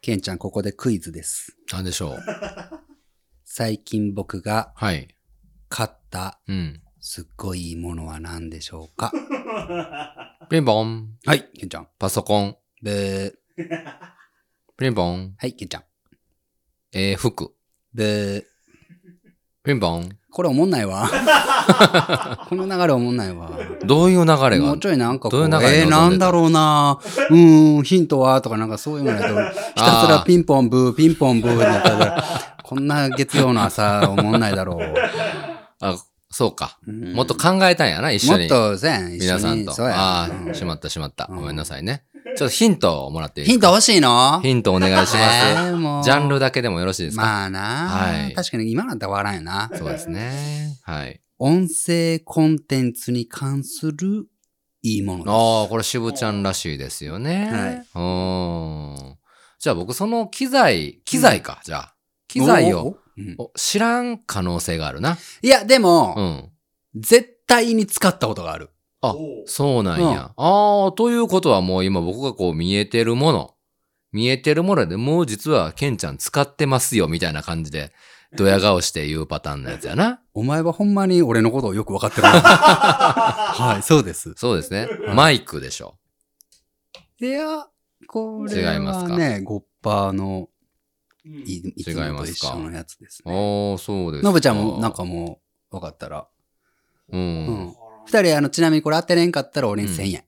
ケンちゃん、ここでクイズです。なんでしょう。最近僕がはい。買ったうん。すっごいいいものは何でしょう かピンポン。はい、ケンちゃん。パソコン。ブー。ピンポン。はい、ケンちゃん。えー、服。ブー。ピンポン。これおもんない わ。この流れおもんないわ。どういう流れがもあうんちょいなんかこう、どういう流れえー、なんだろうなうーん、ヒントはとかなんかそういうの やと、ひたすらピンポンブー、ピンポンブーってやったら、こんな月曜の朝おもんないだろう。あ、そうか。うんもっと考えたんやな、一も緒っに。と、そうやん、一緒皆に。さんと。そうやあん、うあ、んしまったしまった。うんごめんなさいね。ちょっとヒントをもらっていいヒント欲しいのヒントお願いしまえーもうす。ジャンルだけでもよろしいですかまあな、はい確かに今なったら笑えんな。そうですね。はい。音声コンテンツに関するいいものです。ああ、これ渋ちゃんらしいですよね。はいい。うん。じゃあ僕その機材、機材か、じゃあ。機材おをおうんお知らん可能性があるな。いや、でも、うん。絶対に使ったことがある。あ、そうなんや。うんああ、ということはもう今僕がこう見えてるもの。見えてるもので、もう実はケンちゃん使ってますよ、みたいな感 じで、ドヤ顔して言うパターンのやつやな。お前はほんまに俺のことをよくわかってるな。 はい、そうです。そうですね。マイクでしょ。いや、これは違いますかね、ゴッパーのいい。いつもと一緒のやつですね。ああ、そうですか。のぶちゃんもなんかもう、わかったら。うう。ん。うん二人、あの、ちなみにこれ当てれんかったら俺にうん1000円。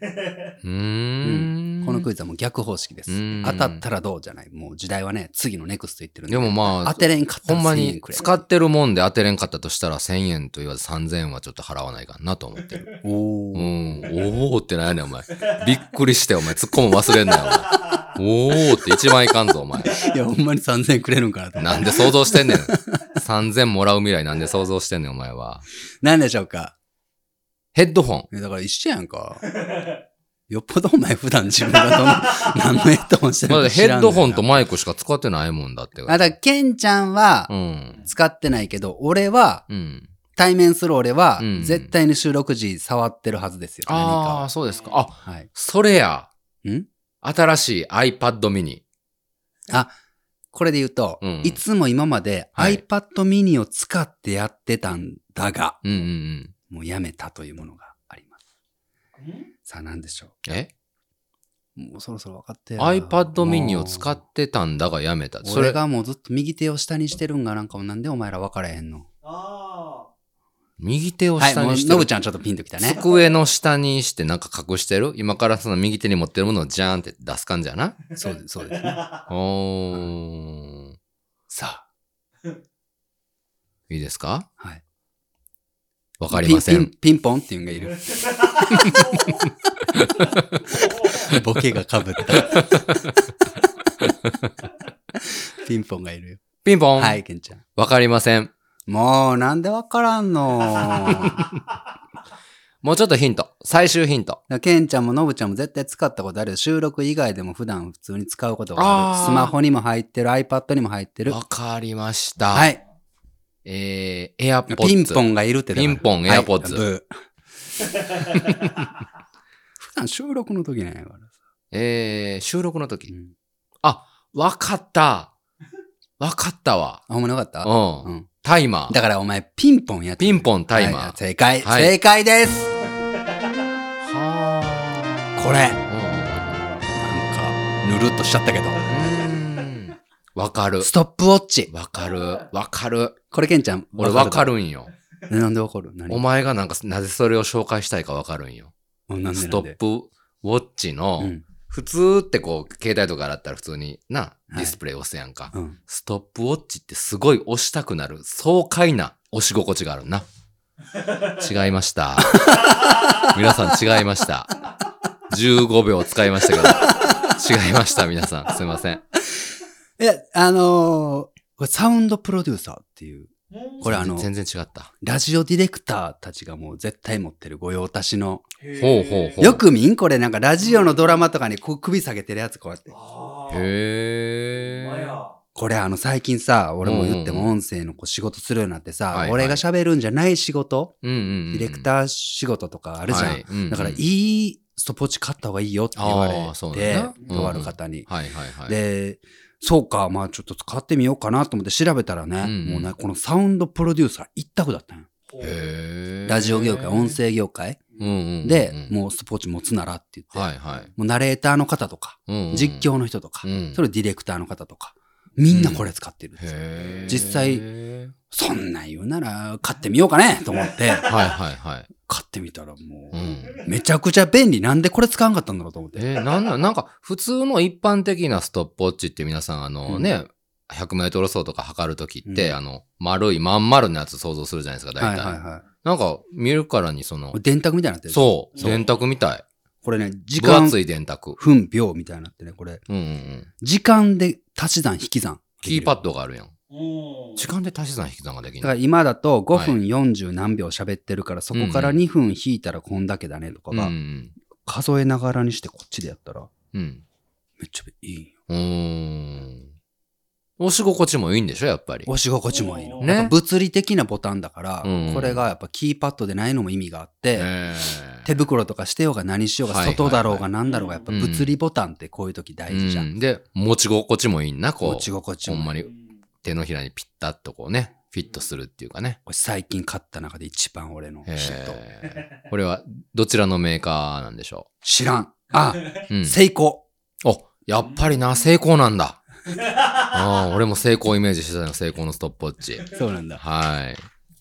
ーん。このクイズはもう逆方式です。うん当たったらどうじゃない。もう時代はね、次のネクスト言ってるんで。でもまあ当、てれんかったほらんま1000円にくれ。使ってるもんで当てれんかったとしたら1000円と言わず3000円はちょっと払わないかなと思ってる。おうーん、おおってなんやねん、お前。びっくりして、お前、突っ込むの忘れんなよ、お前。おおって一番いかんぞ、お前。いや、ほんまに3000円くれるんかなと思って。なんで想像してんねん。3000もらう未来なんで想像してんねん、お前は。なんでしょうか。ヘッドホン。ねだから一緒やんか。よっぽどお前普段自分がど の、何のヘッドホンしてるまのだかヘ知らッんのよドなホンとマイクしか使ってないもんだって。あ、だからケンちゃんはうん。使ってないけど、俺は、うん。対面する俺はう、ん絶対に収録時触ってるはずですよ。何ああー、かそうですか。あ、を。はい。それや。ん新しい iPad mini。これで言うと、うんいつも今まではい iPad mini を使ってやってたんだが、うんうんうん。もうやめたというものがあります。さあ何でしょえう。もうそろそろ分かってよ ?iPad mini を使ってたんだがやめた。そそれれ、がもうずっと右手を下にしてるんがなんかもなんでお前ら分からへんの。あ右手をはい、下もうにしてノるブちゃんちょっとピンときたね。机の下にしてなんか隠してる今からその右手に持ってるものをジャーンって出す感じやな。そうです、そうですね。おー。さいいですかあ、はい。わかりませピンん。ピンピンポンっていうのが いる。ボケがかぶった。 ピンポンがいるよ。ピンポン。はい、ケンちゃん。わかりません。もう、なんでわからんのだかもうちょっとヒント。最終ヒント。らケンちゃんもノブちゃんも絶対使ったことあるよ。収録以外でも普段普通に使うことがあある。ースマホにも入ってる、iPad にも入ってる。わかりました。。はいい。えー、エアポッツ。ピンポンがいるってだからピンポンはい AirPods ブー 普段収録の時なんやからさ。えー、収録のう時。んわかった。わかったわ。あ、ほんまなかったう。うんん。タイマだー。からお前、ピンポンやってピンポンタイマはいー。正解、はい正解ですはこれ。ーうんなんか、ぬるっとしちゃったけど。うーん。わかる。ストップウォッチ。わかる。わかる。これケンちゃん。俺わかるるんよ。えなんでわかる何お前がなんか、なぜそれを紹介したいかわかるんよ。うんなんでストップウォッチなの、んで普通ってこう、携帯とかだったら普通にな、ディスプレイ押すやんか。うん。うん。ストップウォッチってすごい押したくなる、爽快な押し心地があるな。違い ました。皆さん違いました。15秒使いましたけど。違いました、皆さん。すいません。いや、あのーこれサウンドプロデューサーっていう、これあの、全然違った。ラジオディレクターたちがもう絶対持ってる御用達の。ほうほうほうよく見んこれなんかラジオのドラマとかにこう首下げてるやつこうやって。あー。へー。これあの最近さ、俺も言ってうんもう音声のこう仕事するようになってさ、はいはい俺が喋るんじゃない仕事、うんうんうデん。ィレクター仕事とかあるじゃん。はいうんうんだからいいストップウォッチ買った方がいいよって言われあーそうなんてやな、うんとある方に。はいはいはい。で、そうか、まあちょっと買ってみようかなと思って調べたらね、うんうんもうね、このサウンドプロデューサー一択だったんよへーラジオ業界、音、声業界うんうんうんうんで、もうストップウォッチ持つならって言って、はいはい。もうナレーターの方とか、うんうん実、況の人とか、うんそれディレクターの方とか、みんなこれ使ってるんですよへー実際はいそんなん言うなら買ってみようかねと思って、はいはい。買ってみたらもうう、んめちゃくちゃ便利。なんでこれ使わんかったんだろうと思って。えーなんなん、なんか、普通の一般的なストップウォッチって皆さん、あのうんね、100メートル走とか測るときって、うんあの、丸いまん丸のやつ想像するじゃないですか、大はい体。はいはなんか、見るからにそのい。、電卓みたいになってる。そう、そう電卓みたい。これね、時分間、厚い電卓。分、秒みたいになってね、これ。うんうんうん。時間で足し算引き算。キーパッ。ドがあるやん。うん。時間で足し算引き算ができだるから今だと5分40何秒喋ってるから、そこから2分引いたらこんだけだねとかうんうが、ん数えながらにしてこっちでやったら、うん。めっちゃいいんよ。うーん。押し心地もいいんでしょ、やっぱり。押し心地もいいの。ねなんか物理的なボタンだからうん、これがやっぱキーパッドでないのも意味があって、え手袋とかしてようが何しようはがいはいはい外だろうが何だろうがやっぱうん物理ボタンってこういう時大事じゃ。うんん。で、持ち心地もいいんな、こう。持ち心地ほんもまに手のひらにピッタッとこうね、フィットするっていうかね。俺最近買った中で一番俺のヒえット。 ーこれはどちらのメーカーなんでしょ知らん。あ、う、うん、成功。おやっぱりな、成功なん だ。あー俺も成功イメージしてたの、成功のストップウォッチ。そうなんだ。はい。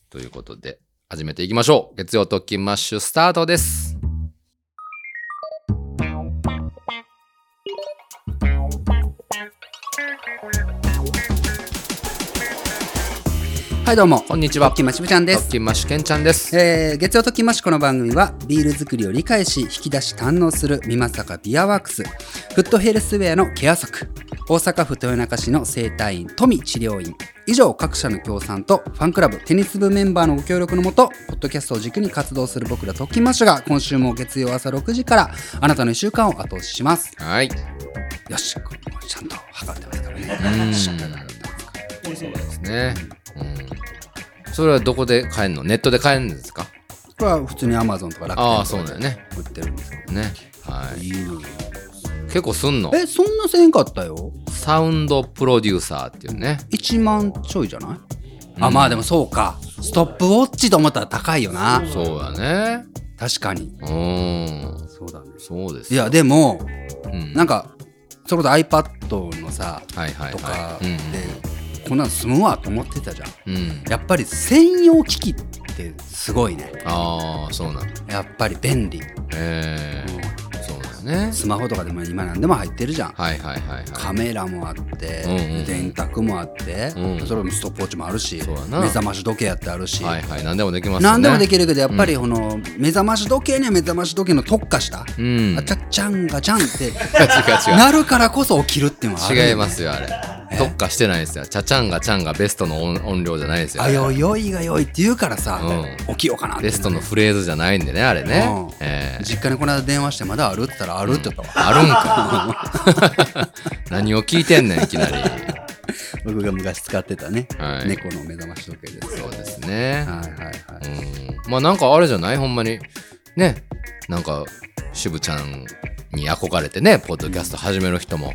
ということで、始めていきましょう。月曜特勤マッシュスタートです。はいどうも。こんにちバはッ。キーマチブちゃんで特す。勤マッシュけんちゃんです。えー、月曜ときましこの番組はビール作りを理解し引き出し堪能する美作ビアワークスフットヘルスウェアのケア策大阪府豊中市の整体院富治療院以上各社の協賛とファンクラブテニス部メンバーのご協力のもとポッドキャストを軸に活動する僕らときましが今週も月曜朝6時からあなたの1週間を後押ししますはい。よしこれもちゃんと測ってますからうねんしっかり測ってますからそうですね。うん。それはどこで買えるのネットで買えるんですかこれは普通に Amazon とか楽あ天あ、そうだよね。とか売ってるんですけね。はどい。いいのよ結構すんのえそんなせんかったよサウンドプロデューサーっていうね。 1万ちょいじゃない、あまあでもそうかストップウォッチと思ったら高いよなそうだね。確かにうーん。そうだねそうですいよ。やでもうんなんかそれこそ iPad のさはいはいとかはで、い。こんなの済むわと思ってたじゃんうん。うん。やっぱり専用機器ってすごいねああ、そうなんだ。やっぱり便利ええ。そうだね。スマホとかでも今何でも入ってるじゃんはいはいはいカはメラもあって、うんうんうん電卓もあって、うんそれもストップウォッチもあるしそうやな目覚まし時計やってあるし、い。はいはい。何でもできますよね。何でもでききるけどやっぱりこの、目覚まし時計には目覚まし時計の特化した、うん。違う違あちゃっちゃんがちゃん ってう。なるからこそ起きるっていうのはあるよね違いますよ、あれ。特化してないですよ。ちゃちゃんがちゃんがベストの音音量じゃないですよ。あよいよいがよいって言うからさ、う起んきようかなってベストのフレーズじゃないんでね、あれねうん。ええ。実家にこの間電話してまだあるって言ったらあるって言ったわ、あるんか。何を聞いてんねん、いきなり。僕が昔使ってたね、はい猫の目覚まし時計ですそうですね。はいはいはい、うんまあなんかあれじゃないほんまにねなんか渋ちゃんに憧れてねポッドキャスト始める人も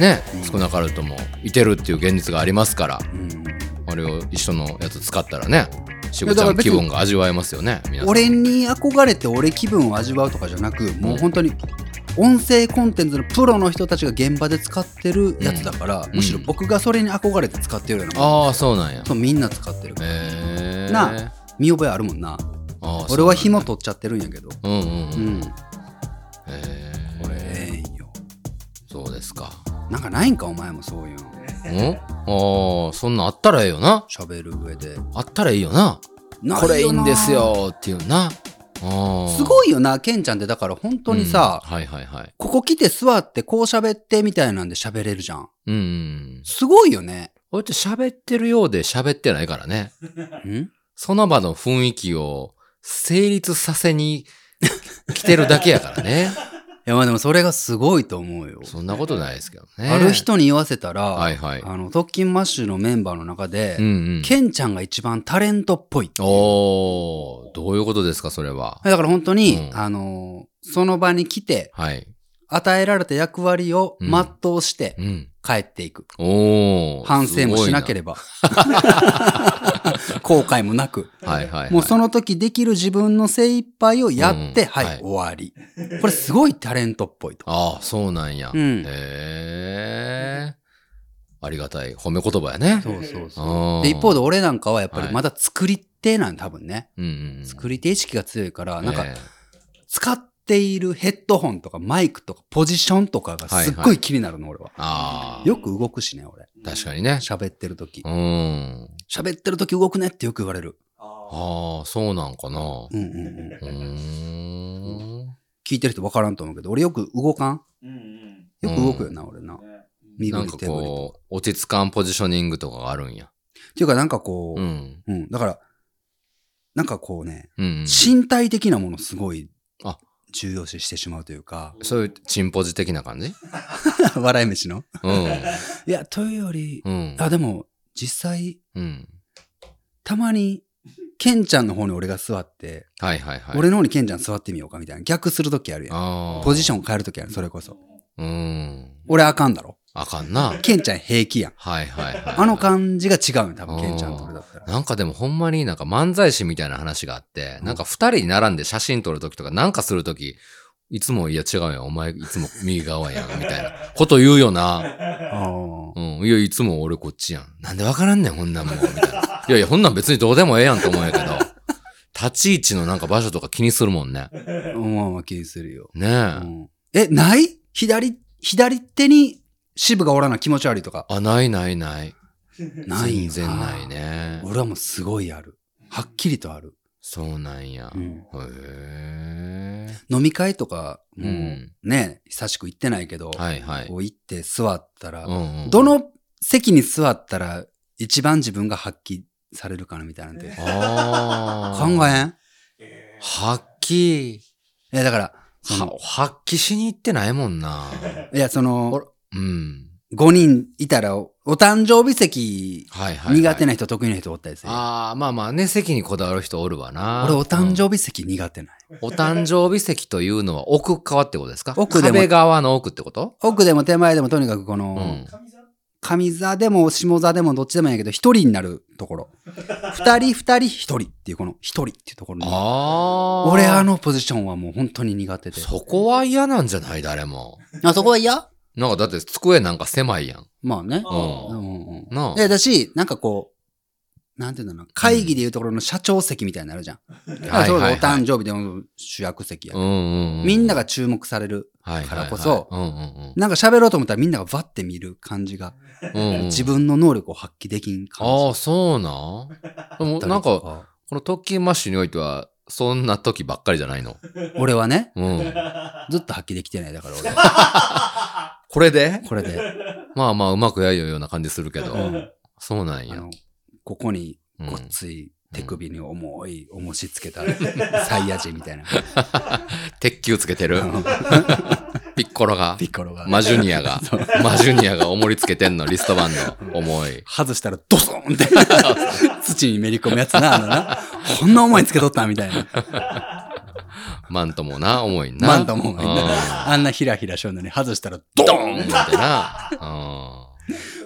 ね少なからずともいてるっていう現実がありますからうんあれを一緒のやつ使ったらね渋いやだかちゃらん別気に分が味わえますよね皆さん俺に憧れて俺気分を味わうとかじゃなくもう本当に音声コンテンツのプロの人たちが現場で使ってるやつだから、んむしろ僕がそれに憧れて使ってるようなもんああそうなんやそうみんな使ってるからへえなあ見覚えあるもんなあ俺は紐取っとちゃってるんやけどうんうんううんへんえこれええんよそうですかなんかないんかお前もそういうのうんああそんなんあったらええよな喋る上であったらいいよななこれいいなんですよっていうなすすごいよなケンちゃんってだから本当にさ、うんはいはいはい。ここ来て座ってこう喋ってみたいなんで喋れるじゃんうんうん。すごいよねこうやって喋ってるようで喋ってないからね。んその場の雰囲気を成立させに来てるだけやか らね。いやまあでもそれがすごいと思うよ。そんなことないですけどね。ある人に言わせたら、はいはい。あの特勤マッシュのメンバーの中で、うんうん。ケンちゃんが一番タレントっぽいっていうおー、どういうことですか、それは。だから本当に、うんあのその場に来て、はい。与えられた役割を全うしてうん。帰っていく。おー。反省もしなけれれば。後悔もなく。ば。はいはいはい。もうその時できる自分の精一杯をやって、うんはい、はい終わり。これすごいタレントっぽいと。ああ、そうなんや。うんへえ。ありがたい。褒め言葉やね。そうそううそんう。で、一方で俺なんかはやっぱはりいまだ作り手なん多分ね。うんうんうん。作り手意識が強いから、なんかえ使っているヘッドホンとかマイクとかポジションとかがすっごい気になるの、俺は。えああ。よく動くしね、俺。確かにね。喋ってる時う。ん。喋ってる時動くねってよく言われる。ああ、そうなんかな。ううんうんうん。ーん。聞いてる人分からんと思うけど、俺よく動かんよく動くよな、俺な。身なん振かり手振りとこう、落ち着かんポジショニングとかがあるんや。っていうかなんかこうう、ん。うん、だから、なんかこうね、うんうん。身体的なものすごいあ重要視してしまうというか、 そういうチンポジ的な感じ笑い飯の。 うん。いや、というより、うん。あ、でも、実際、うん。たまに、ケンちゃんの方に俺が座って、はいはいはい。俺の方にケンちゃん座ってみようかみたいな、逆するときあるやん。ああ。ポジショョン変えるときある、それこそ。ン。うん。俺あかんだろ。あかんな。ケンちゃん平気やん。はいはいはい。あの感じが違うよ、多分、ケンちゃんと俺だったら。なんかでもほんまになんか漫才師みたいな話があって、なんか二人並んで写真撮るときとかなんかするとき、いつも、いや違うやん、お前いつも右側やん、みたいな こと言うよな。あーうん、いやいつも俺こっちやん。なんでわからんねん、ほんなんもう、み たいな。いやいや、ほんなん別にどうでもええやんと思うんやけど、立ち位置のなんか場所とか気にするもんね。うんまあまあ気にするよ。ねえ。うんえ、ない左、左手に支部がおらな気持ち悪いとか。あ、ないないない。ないよ全然ない。ね。俺はもうすごいある。はっきりとある。そうなんや。うんへえ。飲み会とか、もううんね、久しく行ってないけど、はいはい。こう行って座ったら、うんうんどの席に座ったら一番自分が発揮されるかなみたいなんてあ考ーえん発揮、え、だから、そはの、発揮しに行ってないも んな。いや、その、うん。 5人いたら、おお誕生日席、はいはい、はい。苦手な人、得意な人おったりする。ああ、まあまあね、席にこだわる人おるわな。俺、お誕うん生日席苦手ない。お誕生日席というのは奥側ってことですか奥でも壁側の奥ってこと奥でも手前でもとにかくこうのん、。上座でも下座でもどっちでもいいんやけど、一人になるところ。二人、二人、一人っていうこの一人っていうところあに。あ。俺あのポジションはもう本当に苦手で。そこは嫌なんじゃない誰も。あ、そこは嫌なんかだって机なんか狭いやん。まあね。ううんうんうん。なあで、だし、なんかこう、なんていうんだろうな、会議でいうところの社長席みたいになるじゃん。はいそうおはいはい誕生日でも主役席や、うんうんうん。みんながが注目される。からこそうんうんなんか喋ろうと思ったらみんながバッて見る感じが、うん。うん自分の能力を発揮できん感あじ。あ、そうなん。でもなんか、この特勤マッシュにおいては、そんな時ばっかりじゃないの。俺はね、 うん。ずっと発揮できてない。だから俺。これ でこれで、まあまあ、うまくやるような感じするけど。うんそうなんあや。の、ここにうんごっつい手首に重い、おもしつけた、サイヤ人みたい な。鉄球つけてる。ピッコロがピ、ッコロが。マジュニ アが、マジュニアが重りつけてんの、リストバンド。重い。外したらドスンって 土にめり込むやつな、あのな。こんな重いんつけとったみたいな。マントもな、重いな。マントも重いなうんあんなひらひらしょんのに外したらドドーンーンってな。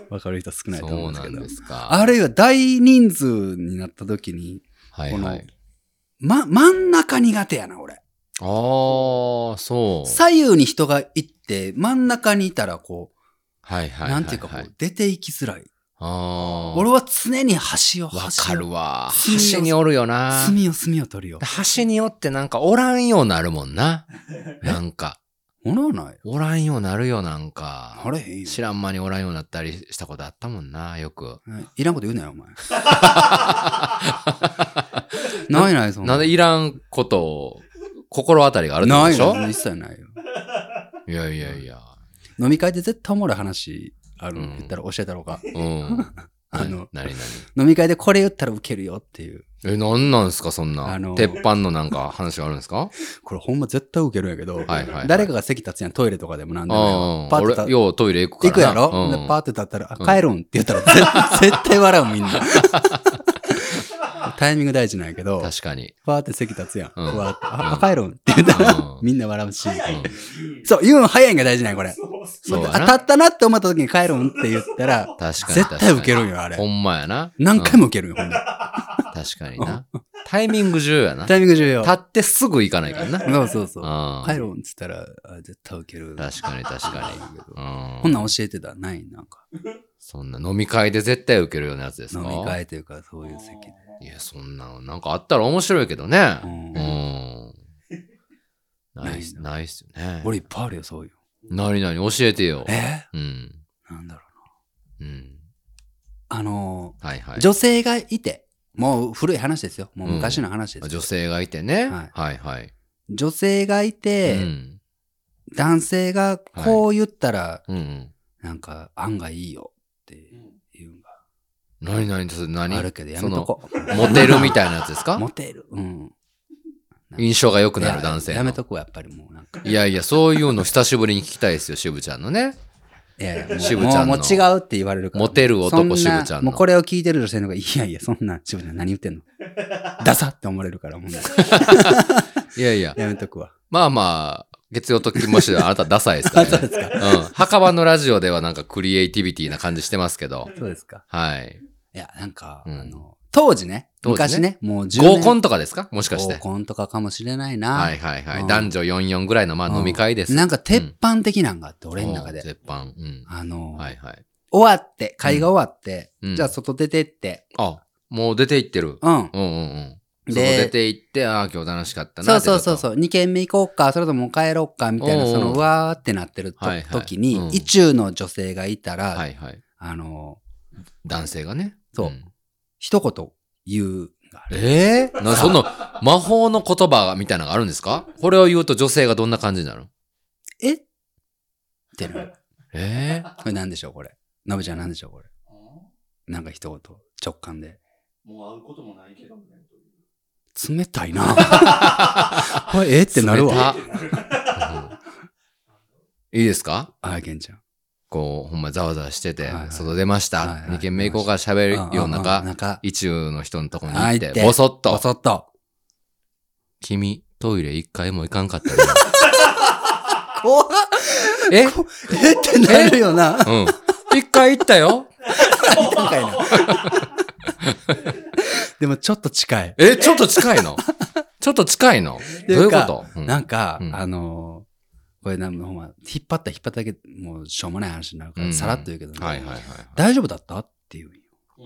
わかる人少うんないと思そううんですなけんどで。すか。あるいは大人数になった時に、はいはい。ま、真ん中苦手やな、俺。ああ、そう。左右に人がいって、真ん中にいたらこはいはう、いはいはない。んていうかこう、出ていきづらい。ああ。俺は常に端を、わ端かをるわ。隅を端におるよな。隅を隅を取るよ。端におってなんかおらんようなるも んな。なんか。おらない。おらんようなるよ、なんか。あれへんよ知らん間におらんようになったりしたことあったもんな、よく。はいいらんこと言うなよ、お 前。ないない、そんなんでいらんことを、心当たりがあるってことなでいしょよ、一切ないよ。いやいやいや。飲み会で絶対おもろい話、あの、うん言ったら教えたろうか。うん。 あの、なになに飲み会でこれ言ったらウケるよっていう。え、なんなんすか、そんあなの。鉄板のなんか話があるんですかこれほんま絶対ウケるんやけど、はいはい誰かが席立つやん、トイレとかでもなんでもあよ。あ、パッて俺、立ようトイレ行く行かくやらな。ろ、 でパーって立ったら、あ帰るんって言ったら絶絶対笑うみんな。タイミング大事なんやけど、確 かに。ふわーって席立つやん。ふうんわーって、うんあ、赤いろんって言ったら、うんみんな笑うし。早いよねそう、言うの早いんが大事なんやこれ。そうそうそうやあ当なたったなって思った時に帰るんって言ったら、確かに。絶対受けるんよ。よ、あほれ。んまやな。何回も受けるんよ、ほんで。うん。確かにな。タイミング重要やな。立タイミング重要。ってすぐ行かないからな。そうそうそう。う帰ん。ろうんっつったら、あ絶対受ける。確かに確かに。うん。こんなん教えてたないなんか。そんな飲み会で絶対受けるようなやつです飲かみ会というか、そういう席で。いや、そんなの、なんかあったら面白いけどね。ううんん。ないっす、なないっすよね。俺いっぱいあるよ、そういう。なになに教えてよ。えうん。なんだろううん。な。あのはいはー、い。女性がいて、もう古い話ですよ。もう昔の話です。女性がいてね。ははいいはい。女性がいうて、ん。男性がこう言ったら、うんうん。なんか案外いいよってうんいうのがなになに何あるけど、やめとこう。モテるみたいなやつで すかモテる。うん。印象が良くなる男性いやのやめとこう、やっぱりもうなんか。いやいや、そういうの久しぶりに聞きたいですよ、渋ちゃんのね。いやいや、渋もうちゃんものう違うって言われるから。モテる男そな渋ちゃんのもうこれを聞いてる女性の方が、いやいや、そんな、渋ちゃん何言ってんのダサって思われるから、もうねいやいや、やめとくわ。まあまあ、月曜ときましてはあ なたダサいですかあ、らそうねで。す か。うん。墓場のラジオではなんかクリエイティビティな感じしてますけど。そうですか。はい。いや、なんか、うんあの、当時ね、当時ね昔ね、もう10年合コンとかですかもしかして合。コンとかかもしれないな。はいはいうはんい。男女44ぐらいのまあうん飲み会です。なんか、鉄板的なんがあって、俺の中おで。絶版。うん。あの、はいはい。終わって、会が終わって、うんじゃあ外出てって、あ、もう出て行ってる。うん。うんうんうん。そう出で、て行って、ああ、今日楽しかったそな。。うそうそうそうう、2軒目行こうか、それとも帰ろうか、みたいな、おうおうその、うわーってなってるとはいはい時に、うん意中の女性がいたら、はいはい。あの、男性がね。そうん一言言うがある。ええな、その、魔法の言葉みたいなのがあるんですかこれを言うと女性がどんな感じになるのえってなる。ええこれなんでしょう、これ。のぶちゃんなんでしょう、これ。なんか一言、直感で。もう会うこともないけどね。冷た いな。これえってなるわ。冷た うんいいですかあ、けんちゃん。こう、ほんまざわざわしててはいはい、外出ましはいはいた。二軒目行こうから喋るようなあああ中、中、一中の人のとこに行っあ行ってて、ボソッぼと、そっと。君、トイレ一回も行かんかったよ。怖っええってなるよ な。うん。一回行ったよ。みたい な。でもちょっと近い。え、ちょっと近いのちょっと近いのてどういいううこかとうんなんか、うんあのーこれなんほんま、引っ張った引っ張っただけ、もうしょうもない話になるから、うんさらっと言うけどね、はいはいはい。大丈夫だったっていう。うん。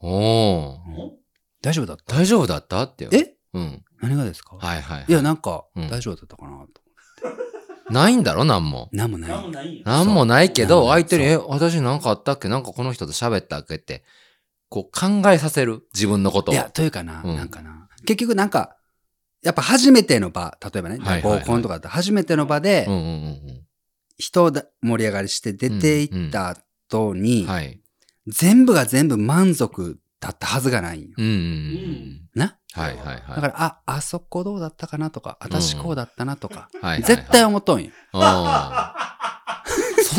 おおー。うん大丈夫だった大丈夫だったってよ。えうん。何がですか、はいはい。いや、なんか、うん大丈夫だったかなと。ないんだろ、なんも。なんもない。何もないよ。なんもないけど、そう相手に、そうえ、私なんかあったっけなんかこの人と喋ったっけって、こう考えさせる。自分のことを。いや、というかな、うんなんかな。結局なんか、やっぱ初めての場、例えばね、はいはいは合いコンとかだと初めての場でうん、うんうん人だ盛り上がりして出て行った後うにん。、はい。全部が全部満足だったはずがないんよ。うんうんうんうんな。はいはいはい。だから、あ、あそこどうだったかなとか、私こうだったなとか、はいはいはい絶対思っとんよ。うんそ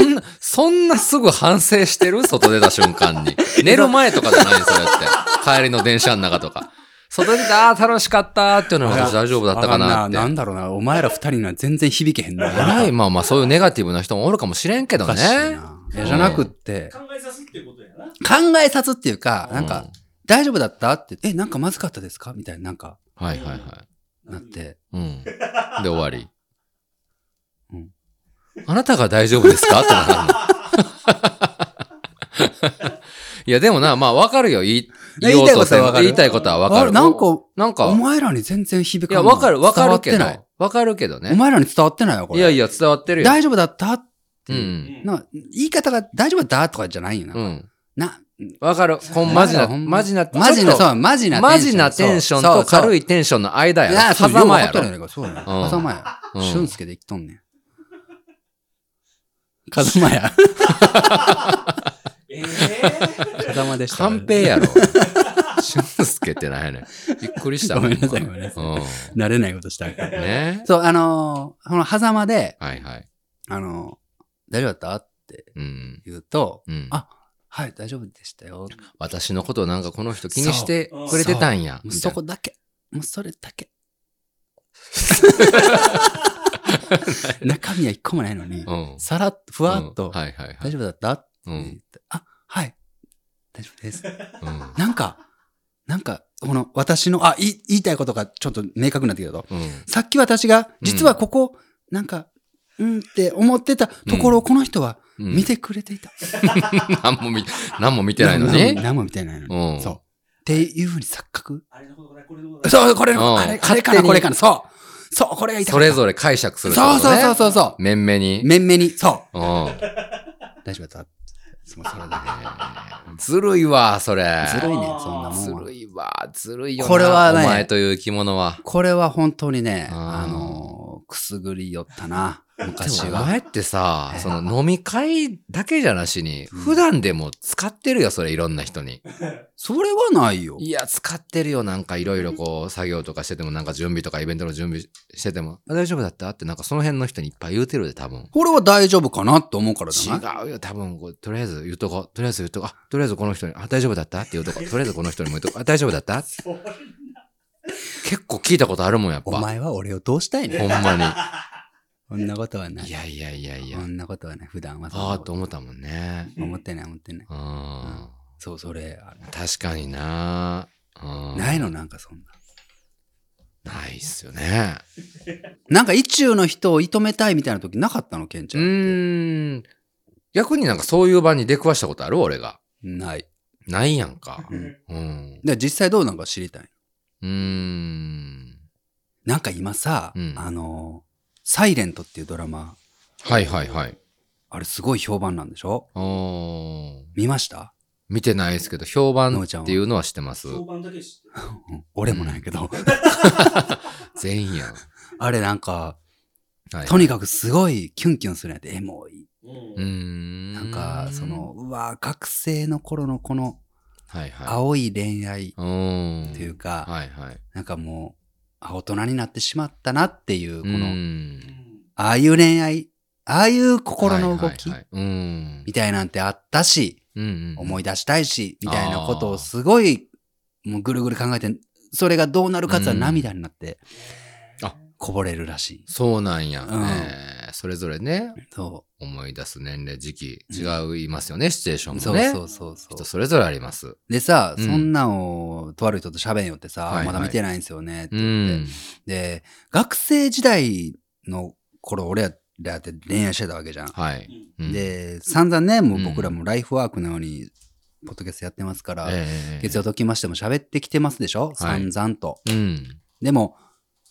んな、そんなすぐ反省してる外出た瞬間 に。寝る前とかじゃないそれって。帰りの電車の中とか。外出た、あー楽しかったーっていうのは私大丈夫だったかなあんななって。んだろうな、お前ら二人には全然響けへんな。偉い、まあまあそういうネガティブな人もおるかもしれんけどおねかしい。な。いやじゃなくって、 考えさすってことやな。考えさすっていうか、うんなんか、大丈夫だったって、え、なんかまずかったですかみたいな、なんか、うん。はいはいはい。なって、うん。で終わりうん。あなたが大丈夫ですかってなるの いやでもな、まあわかるよ。言い言いたいことは言おうせんわかる言いたいことはわかある。なんか、なんかお、前らに全然響いかや、んわかる、わかるけ伝どわって。わかるけどない。おね。前らに伝わってないよ、こいれ。やいや、伝わってるよ。大丈夫だったっうていう。ん。な言い方が大丈夫だったとかじゃないよな。うん。な、わかる。ほん、マジな、マジな、マジな、ちょっそう、マジなテンとション。マジなテンションと軽い。いテンションの間やいや、ろ。そう、よ狭う間分かやったろん。やけど、そうやね。うん狭間や。うん俊介できとんねん。風間や。ええ 風間でした。カンペ やろ。俊介ってなんやねん。びっくりした。ごめんなさいほごめんなさいうん。慣れないことしたらあかんねそう、あのー、この狭間で、はいはい。あのー、大丈夫だったってうん。言うと、うん。あはい、大丈夫でしたよ。私のことなんかこの人気にしてそうくれてたんや。もうみたそいなこだけ。もうそれだ け。中身は一個もないのに、うん。さらっと、ふわっと、うんはいはいは大い。丈夫だったってう言っん。て、あ、はい、大丈夫です。うんなんか、なんか、この私の、あ、い言いたいことがちょっと明確になってきたぞ。うん。さっき私が、実はここ、なんか、うんって思ってたところをこの人はうん見てくれていた。何も見、何も見てないのに。何も見てないのに。うん。そう。っていうふうに錯覚あれのことだ、これのことだ。そう、これうの、んあれ、あ勝れ手かにな、これかな、そう。そう、これが痛い。それぞれ解釈すそるうってことそうね。そうそうそ面々にう。。面々に、そうん。う。大丈夫だった。もうそれだずるいわ、それ。け。ずるいね、そんなもずんはる。いわ、ずるいよな。これはねお前という生き物は。これは本当にね、うんあのー、くすぐり寄ったな、昔でもおは。前ってえさえ、その飲み会だけじゃなしに、うん普段でも使ってるよ、それいろんな人に。それはないよ。いや、使ってるよ、なんかいろいろこう、作業とかしてても、なんか準備とかイベントの準備してても、あ大丈夫だったって、なんかその辺の人にいっぱい言うてるで、多分。これは大丈夫かなと思うからじゃない違うよ、多分こう、とりあえず言うとこう、とりあえず言うとこう、あ、とりあえずこの人に、あ、大丈夫だったって言うと こう、とりあえずこの人にも言うとこう、あ、大丈夫だったそれ結構聞いたことあるもん、やっぱ。お前は俺をどうしたいほねんまに。そんなことはないい。やいやいやいやそ。んなことはない。普段はそんあなあ、こと思ったもんね。と思ってない、思ってない。うん。そう、それ、ある確かにな。うんないの、なんかそんな。ないっすよね。なんか、意中の人を射止めたいみたいな時なかったの、ケンちうゃんって。ーん。逆になんかそういう場に出くわしたことある俺が。ない。ないやんか。うんうん。で実際どうなんか知りたい。うーん。なんか今さ、うんあのー、サイレントっていうドラマ、はいはいはい。あれすごい評判なんでしょおー見ました見てないですけど、評判っていうのは知ってます。評判だけ知ってる。うん俺もないけど。全員やん。 あれなんか、はい。とにかくすごいキュンキュンするんやって、エモい。うーうん。ん。なんか、その、、うわー学生の頃のこのはいは青い恋愛い。うーん。っていうか、はいはい。なんかもう、あ、大人になってしまったなっていう、ここの、うんああいう恋愛、ああいう心の動きはいはいはいうん。みたいなんてあったし、うんうん思い出したいし、みたいなことをすごい、もうぐるぐる考えて、それがどうなるかって言ったらうん涙になって、あこぼれるらしい。そうなんや、うんえーそれぞれね、そ思い出す年齢、時期、う違いますよね、シチュエーションう。もそうね。そうそうそう。人それぞれあります。でさ、うんそんなんを、とある人と喋んよってさ、はいはいまだ見てないんですよねってう言って、ん。で、学生時代の頃、俺らって恋愛してたわけじゃん。はうい。んうん、で、散々ね、もううん僕らもライフワークのように、ポッドキャストやってますから、ええ月曜ときましても喋ってきてますでしょ、はい散々と。うん。でも、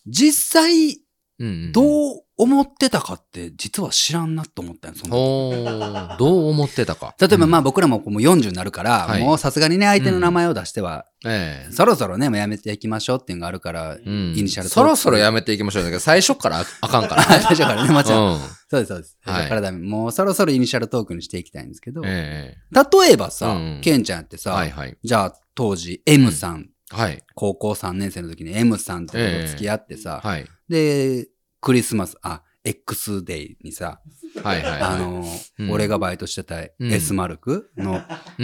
実際、うんうん、うどう思ってたかって、実は知らんなと思ったよ、その時おーどう思ってたか。例えば、まああ、僕らもこうもう40になるから、はいもうさすがにね、相手の名前を出しては、ええそろそろね、もうやめていきましょうっていうのがあるから、ううんん、イニシャルトークそろそろやめていきましょうだけど、最初からああかんかあらね。 大丈夫からね、もちろん。うん。そうです、そうです。はいだからダメもうそろそろイニシャルトークにしていきたいんですけど、え例えばさ、うんうんケンちゃんってえさ、はいはい。じゃあ当時 M さん、はい。高校3年生の時に M さんとかと付き合ってさ、はい。で、クリスマス、あ、X デイにさ、はいはい。あのーうん俺がバイトしてた S マルクの、う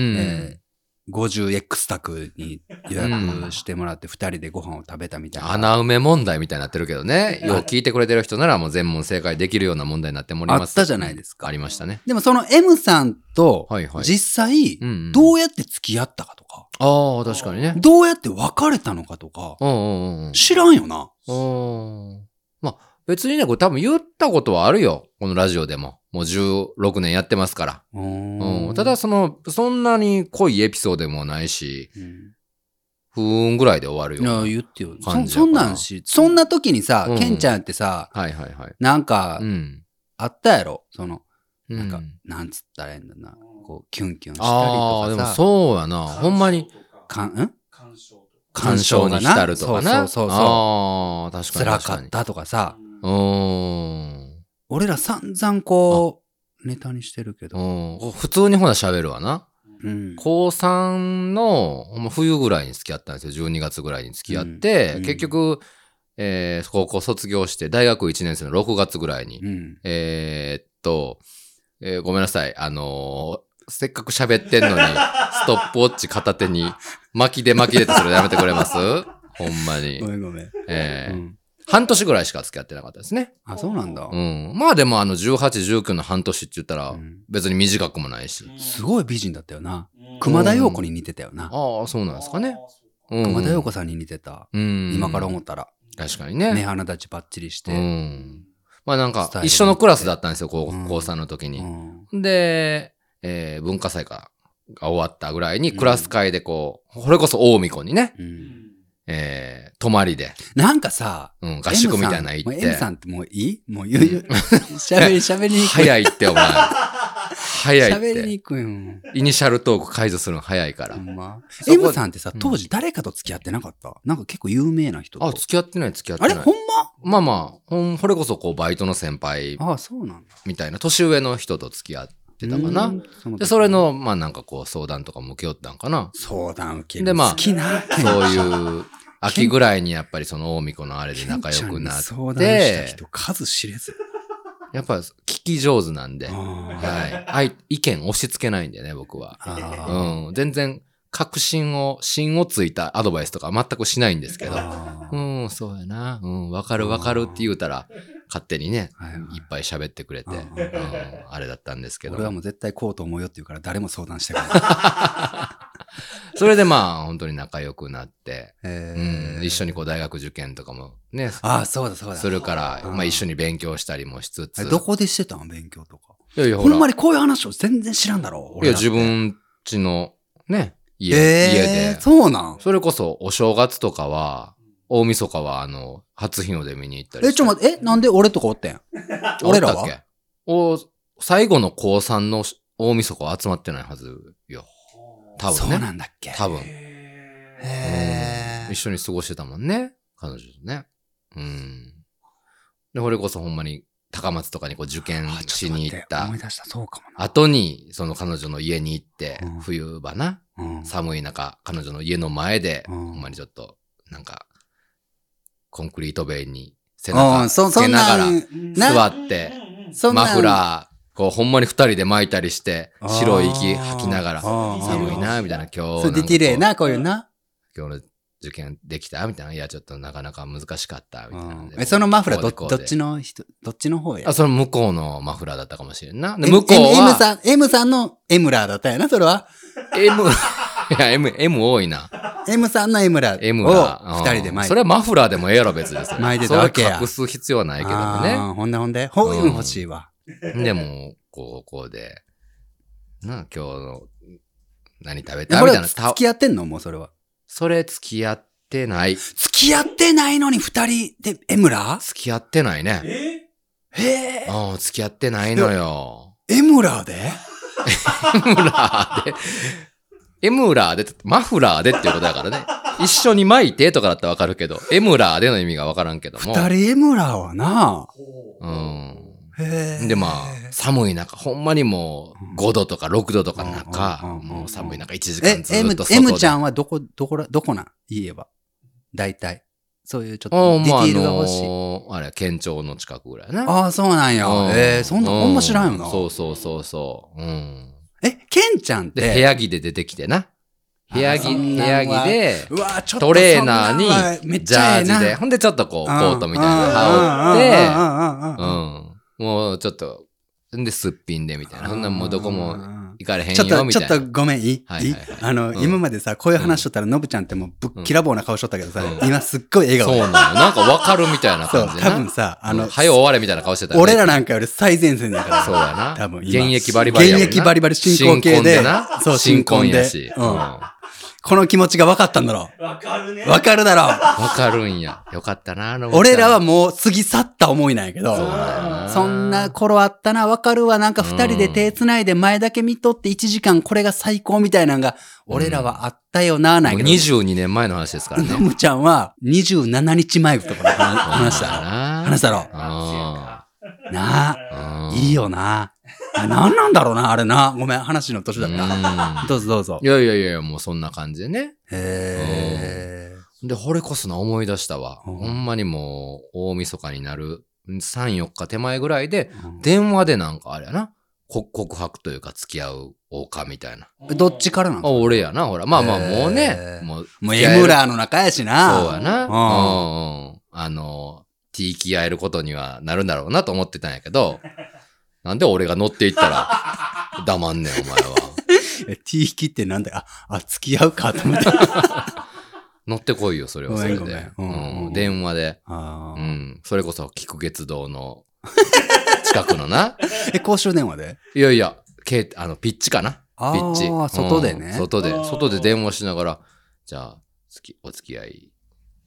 ん、えー 50X 宅に予約してもらって2人でご飯を食べたみたいな。穴埋め問題みたいになってるけどね。よう聞いてくれてる人ならもう全問正解できるような問題になってもります。あったじゃないですかありましたね。でもその M さんとはいはい。実際うんうんどうやって付き合ったかとか、ああ、確かにね。どうやって別れたのかとか、うんうんうんうん。知らんよな。おーまあ、別にね、これ多分言ったことはあるよ。このラジオでも。もう16年やってますから。うん。ただ、その、そんなに濃いエピソードでもないし、うん、不運ぐらいで終わるいや、よ。言ってよ。そ感じやそからんなんし、そんな時にさ、うんケンちゃんってさ、はいはいはい。なんかう、ん。あったやろその、ななんか、なんつったらいいんだな。こう、キュンキュンしたりああ、でともかさ、そうやな。ほんまに。。かん、ん鑑賞とか。干渉に浸るとかな。そうそうそうそああ、確う。かに辛確かかに。ったとかさ、うーん。俺ら散々こう、ネタにしてるけど、うん。普通にほな喋るわな。うん。高3のほんま冬ぐらいに付き合ったんですよ。12月ぐらいに付き合って、うん結局、えー高校卒業して、大学1年生の6月ぐらいに、うん。えーっと、えーごめんなさい、あのーせっかく喋ってんの に、ストップウォッチ片手に、巻きで巻きでってそれやめてくれますほんまにご。めんごめん。ええうん半年ぐらいしか付き合ってなかったですね。あ、そうなんだう。ん。まあでもあの18、19の半年って言ったうらん別に短くもないし。すごい美人だったよな。い熊田曜子に似てたよな。ああ、そうなんですかね。。うん、熊田曜子さんに似てた。うん。今から思ったら。確かに。にね。目鼻立ちバッチリしうて。ん。まあなんスかタイルも一緒のクラスだったんですよ、高うん高3の時うに。んで、えー文化祭かが終わったぐらいにクラス会でこう、これこそ大巫女にね、うんえー泊まりで、なんかさ、うん、合宿みたいなの M 行さんっもう M さんってもうて。いいもう言 う、しゃべり、しゃべりに行く。早いってお前。早い喋りっにて。行くよ。うんイニシャルトーク解除するの早いから。まそこ M さんってさう、ん当時誰かと付き合ってなかったなんか結構有名な人と。あ、付き合ってない付き合ってあなれい。ほんまあまあ、ほん、これこそこうバイトの先輩まあ、そうなんだ。みたいな、年上の人と付き合ってたかう。なん時で、それの、まあなんかこう相談とかも受け負ったんかな。相談受けでる。まあ好きな。そういう、秋ぐらいにやっぱりその大巫女のあれで仲良くなっ相談したて人、数知れず。やっぱ聞き上手なんで、あはーい。あい意見押し付けないんでね、僕は。あうん。全然、確信を、信をついたアドバイスとか全くしないんですけーど、あうー。ん、そうやな。うん、わかるわかるって言うたら、勝手にね、はいはいいっぱい喋ってくれて、あうーん、あれだったんですけ俺はど。もう絶対こうと思うよって言うから誰も相談してくれない。それでまあ、本当に仲良くなって、えうん、ー一緒にこう大学受験とかもね、ああ、そうだそうだ。するから、うんまあ一緒に勉強したりもしつえつ。どこでしてたん勉強とか。いやいや、ほんまにに。こういう話を全然知らんだろう。俺いや、だって自。分ちのね、家、えー、家で。そうなんそれこそお正月とかは、大晦日はあの、初日の出見に行ったりえ、ちょっ待って、え、なんで俺とかおってん俺らはお、最後の高3の大晦日は集まってないはずよ。多分そねうなんだっけ多分。へへうん一緒に過ごしてたもんね。彼女とね。うん。で、これこそほんまに高松とかにこう受験あちしょっと待にっ行ってた思い出した、そうかもな。後に、その彼女の家に行ってうん、冬場な、うん寒い中、彼女の家の前で、うんほんまにちょっと、なんか、コンクリート塀に背うん、中そ、つそけんながなら、ん、ー座ってうんうんうんそんなマフラー、こう、ほんまに二人で巻いたりして、あー白い息吐きながら、あー寒いな、みたいな、今そ日う、ディティレイなんかな、こういうな。こう。今日の受験できたみたいな。いや、ちょっとなかなか難しかった、みたいなんでえ、そのマフラー、どこうどでっちの人、どっちの方やあ、その向こうのマフラーだったかもしれんな。で、え向こう M, は、さん、M さんの M ラーだったやな、それは。 M、いや、M、M 多いな。 M さんの M ラー M がを、二人でうん前それはマフラーでもええやろ、別にそれ。 巻いてたわけやそれ隠す必要はないけあどーほんでほんで、ほういううんん欲しいわ。ね。でも、こう、こうで、なあ、今日の、何食べえたこみれたいはな。付たき合ってんのもうそれは。それ付き合ってない。付付き合ってないのに二人で M ラーき合ってないね。えへえ。うん、付き合ってない のよ。 M ラーで M ラーで。M ラーでって、マフラーでっていうことだからね。一緒に巻いてとかだったらわかるけど、M ラーでの意味がわからんけども。二人 M ラーはな。ほう。ん。へえ。でまあ寒い中ほんまにもう5度とか6度とかのうんうん中うんうんもう寒い中1時間え、ず M っと、外で M ちゃんはどこ、どこら、どこなん言えば。大体。そういうちょっああとディテまああィールが欲しい。のーあれ県庁の近くぐらいねああ、そうなんや。ええそんな、ほんま知らんよな。そうそうそうそううんえ、ケンちゃんっでて。部屋着で出てきてな部屋あ着ーそん部なんは屋着でうわちょっとトレーナそんなんはーめっにジちゃャえーえなジでほんでちょっとこうコートみたうんいなの羽織ってうんうんうんうんうんうんうんもうちょっとんですっぴんでみたいなそんなんもうどこうんうもんうん行かれへんちよょっと、みちたいょっなとごめん、いい、はいはいはいあの、うん今までさ、こういう話しとったら、のぶちゃんってもうぶっきらぼうな顔しとったけどさ、うん今すっごい笑そ顔うでなのなんかわかるみたいなそう感じ多でな分さ、ああの、の、早終われみたいな顔してたよね俺らなんかより最前線だから。そうやな。多分現今役バリバリやもんな。現役バリバリ進行形で新婚な。そう新婚や新し。婚うでうん。んわこの気持ちが分かったんだろう。わかるね。う。分かるだろかるんや。よかったな、あの。う。俺らはもう過ぎ去った思いなんやけそうど。だよなそんな頃あったな、分かるわ。なんか二人で手繋いで前だけ見とって1時間これが最高みたいなんが、俺らはあったよな、なんもやうけど。 22年前の話ですからね。のむちゃんは27日前とかの話 だろ。話話だろ。あなあ、あいい。よな。あ何なんだろうな、あれな。ごめん、話の年だった。た。どうぞどうぞい。やいやいや、もうそんな感じでね。へえ。で、これこそな思い出したわ。うんほんまにもう、大晦日になる3、4日手前ぐらいで、電話でなんかあれやな。こ告白というか付き合う王かみたいな。どっちからなあ、の俺やな、ほら。まあまあ、へーもうね。もう、もうエムラーの仲やしな。そうやな。うんうん。うん。あの、T 気合えることにはなるんだろうなと思ってたんや けど、なんで俺が乗っていったら黙んねん、お前は。え T 引きってなんだよあ、あ、付き合うかと思って。乗ってこいよ、それはそれごめでん。うごめんうんうんん電話で。あうーん。それこそ、菊月堂の近く のな。え、公衆電話でいやいや、けあの、ピッチかな。あピッチ。ー外でうねん。外で、あー外で電話しながら、じゃあ、つきお付き合い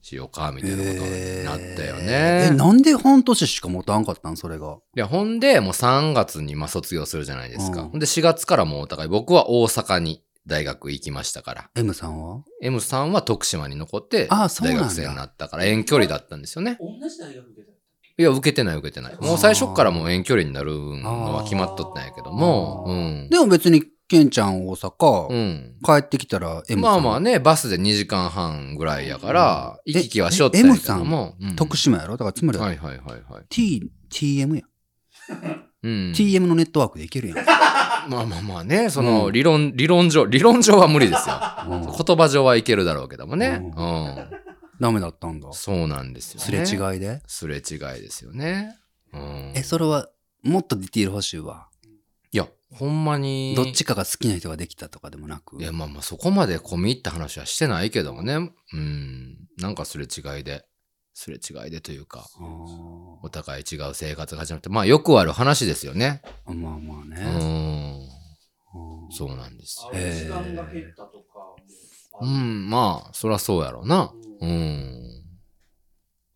しようか、みたいなことになったよえーえね。なんで半年しか持たんかったんそれが。いや、ほんで、もう3月にまあ卒業するじゃないですか。うんほんで、4月からもうお互い、僕は大阪に大学行きましたから、 M さんは M さんは徳島に残って、あーそうな大んだ学生になったから、遠距離だったんですよね。同じ大学受けたいや、受けてない受けてない。もう最初からもう遠距離になるのは決まっとったんやけども、あうーん。でも別に、ケンちゃん大う阪、ん。帰ってきたら M まさあん。まあね、バスで2時間半ぐらいやから、うん行き来はしょったんやけども。うん徳島やろだからつまりははいはいはいはい。 T、TM や。うん。 TM のネットワークでいけ るやん。まあまあまあね、そのうん理論、理論上、理論上は無理ですよ。 うん言葉上はいけるだろうけどもね。ううダメだったんだん。。そうなんですよすれね。。違いで。すれ違いですよね。うん。え、それは、もっとディティール欲しいわ。いや、ほんまに。どっちかが好きな人ができたとかでもなくい。や、まあまあ、そこまで込み入った話はしてないけどもね。うん。なんかすれ違いで、すれ違いでというか、あーお互い違う生活が始まって、まあ、よくある話ですよね。まあまあうね。ん。うんそうなんですよ。あれ時間が減ったとかもあうる。ん、まあ、そらそうやろうな。うん。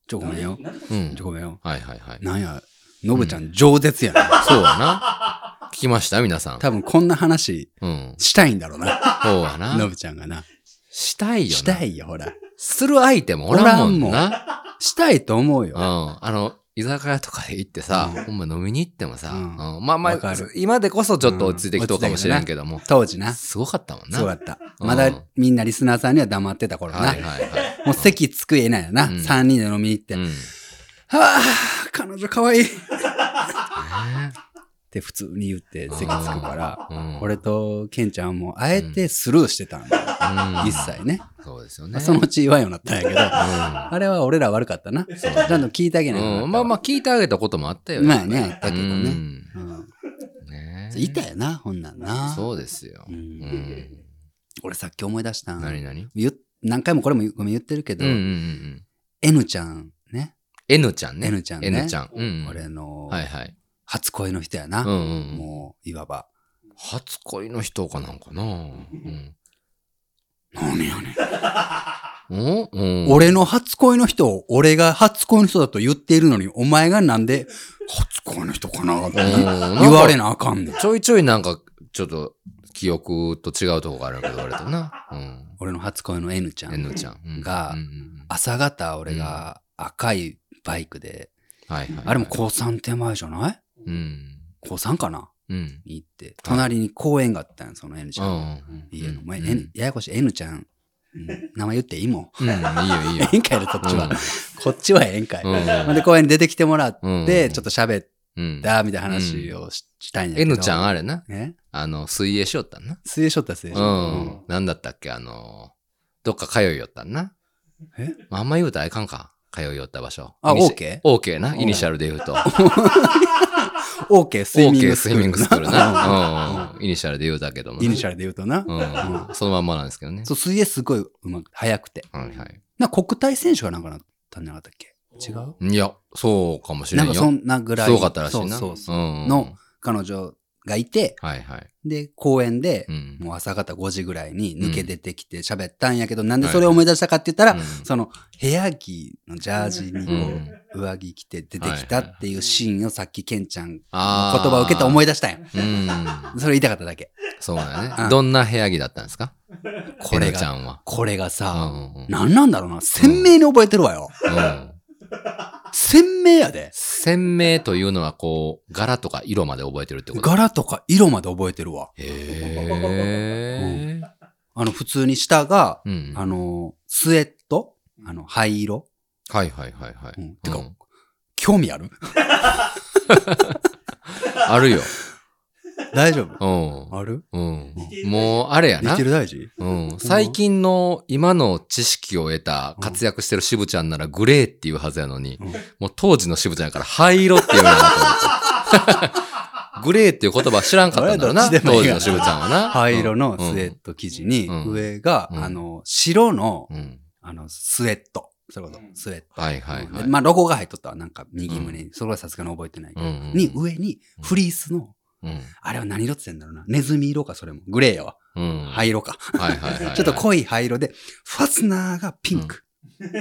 ちょ、ごめんよ。うちんょ、。ごめんよ。はいはいはい。なんや、ノブちゃん、饒舌やな。そうやな。聞きました皆さん。多分こんな話うん。したいんだろうな。そうやノな。ブちゃんがな。したいよな。したいよ、ほら。する相手もおらんもんおらな。したいと思ううん。よ。あの、居酒屋とかで行ってさ、うほんま飲みに行ってもさ、ううんんまあまわかある、今でこそちょっと落ち着いてきとうかもしれんけども、当時な。すごかったもんな。そうだった。うんまだみんなリスナーさんには黙ってた頃な。はいはいはい。もう席つくえないよな。うん3人で飲みに行って。うはん。あ、彼女可愛いっねて普通に言って席つくから。うん俺とケンちゃんはもうあえてスルーしてたんだよ。うん一切ね。そうですよね。そのうち言わんようになったんやけど。うんあれは俺ら悪かったな。ちゃんと聞いてあげないとなうん、まあまあ聞いてあげたこともあったよまあね、あっただけけどどね。ね。うんねいたよな、ほんなんな。そうですよ。ううんん。俺さっき思い出したん何何言っ何回もこれも言ごめん言ってるけうどんうんう、ん。 N ちゃんね。 N ちゃんね。 N ちゃんね N ちゃん。うん。俺のはいはい。初恋の人やうんうな。んうん。もう、いわば。初恋の人かなんかな。うん。何やねんおうん。俺の初恋の人を俺が初恋の人だと言っているのに、お前がなんで初恋の人かなってうん言われなあかんねん。ちょいちょいなんか、ちょっと、記憶と違うとこがあるけど、俺とな。うん。俺の初恋の N ちゃん。 N ちゃんうん。がうんうん朝方俺が赤いバイクで、うんはいはい。あれも高3手前じゃないうん。高3かなうん。に行って、隣に公園があったんよその N ちゃん。うん。家の前、うん N、ややこしい N ちゃん。うん名前言っていいもん。うん、いいよいいよ え。 えんかいで、こっちは。こっちはええんかい。うん。ほんで、公園に出てきてもらっうんて、ちょっと喋っうん。た、みたいな話をししたいんやけど。 N ちゃんあれな。えあの、水泳しよったんな。水泳しょった、水泳しうょっん。なんだったっけあの、どっか通いよったんな。えまああんま言うたらいかんか。通いよった場所。あイニシ OK？ OK な。イニシャルで言うと。た。オーケー、 スイミン OK グスイミングスクールな。な。うん。イニシャルで言うたけどもイね。ニシャルで言うとな。うん。そのまんまなんですけどね。そう、水泳すごいうまく、早くて。はいはい。な、国体選手がなんかなったんじゃなかったっけ違ういや、そうかもしれなんんかよ。そんなぐらい。すごかったらしいな。そうそうそう。うんの。彼女がいて、はいはい。で、公園でう、ん。もう朝方5時ぐらいに抜け出てきて喋ったんやけど、なんでそれを思い出したかって言ったうら、んその部屋着のジャージにうこんう上着着て出てきたっていうシーンをさっきケンちゃんの言あー葉を受けて思い出したんや。うん。それ言いたかっただけ。そうだうんね。どんな部屋着だったんですかこれ N ちが、ゃんは。これがさ、うんうんうんなんなんだろうな。鮮明に覚えてるわ よ。うん。鮮明やで。鮮明というのはこう、柄とか色まで覚えてるってこと柄とか色まで覚えてるわ。へーあの、普通に下が、うん。あの、スウェットあの、灰色はいはいはいはうい。んてかうん興味あるあるよ。 大丈夫うん。あるうん似て。るもう、あれやデなィテ。ール大事うん。最近の今の知識を得た活躍してる渋ちゃんならグレーっていうはずやのに、うんもう当時の渋ちゃんやから灰色って言うんやなと思 って。グレーっていう言葉知らんかったんだろうな、あれどっちでもい当い時やの渋ちゃんはな。灰色のスウうんェット生地に、うん上が、うんあの、白の、うんうんあの、スウェット。それこそ、スウェット。はいはいはい。でまあ、ロゴが入っとったわなんか、右胸に。それはさすがに覚えてないけど。うんうんに、上に、フリースの、うんあれは何色って言うんだろうな。ネズミ色か、それも。グレーやわ。うん。灰色か。はいはいはいは い。ちょっと濃い灰色で、ファスナーがピンク。へフ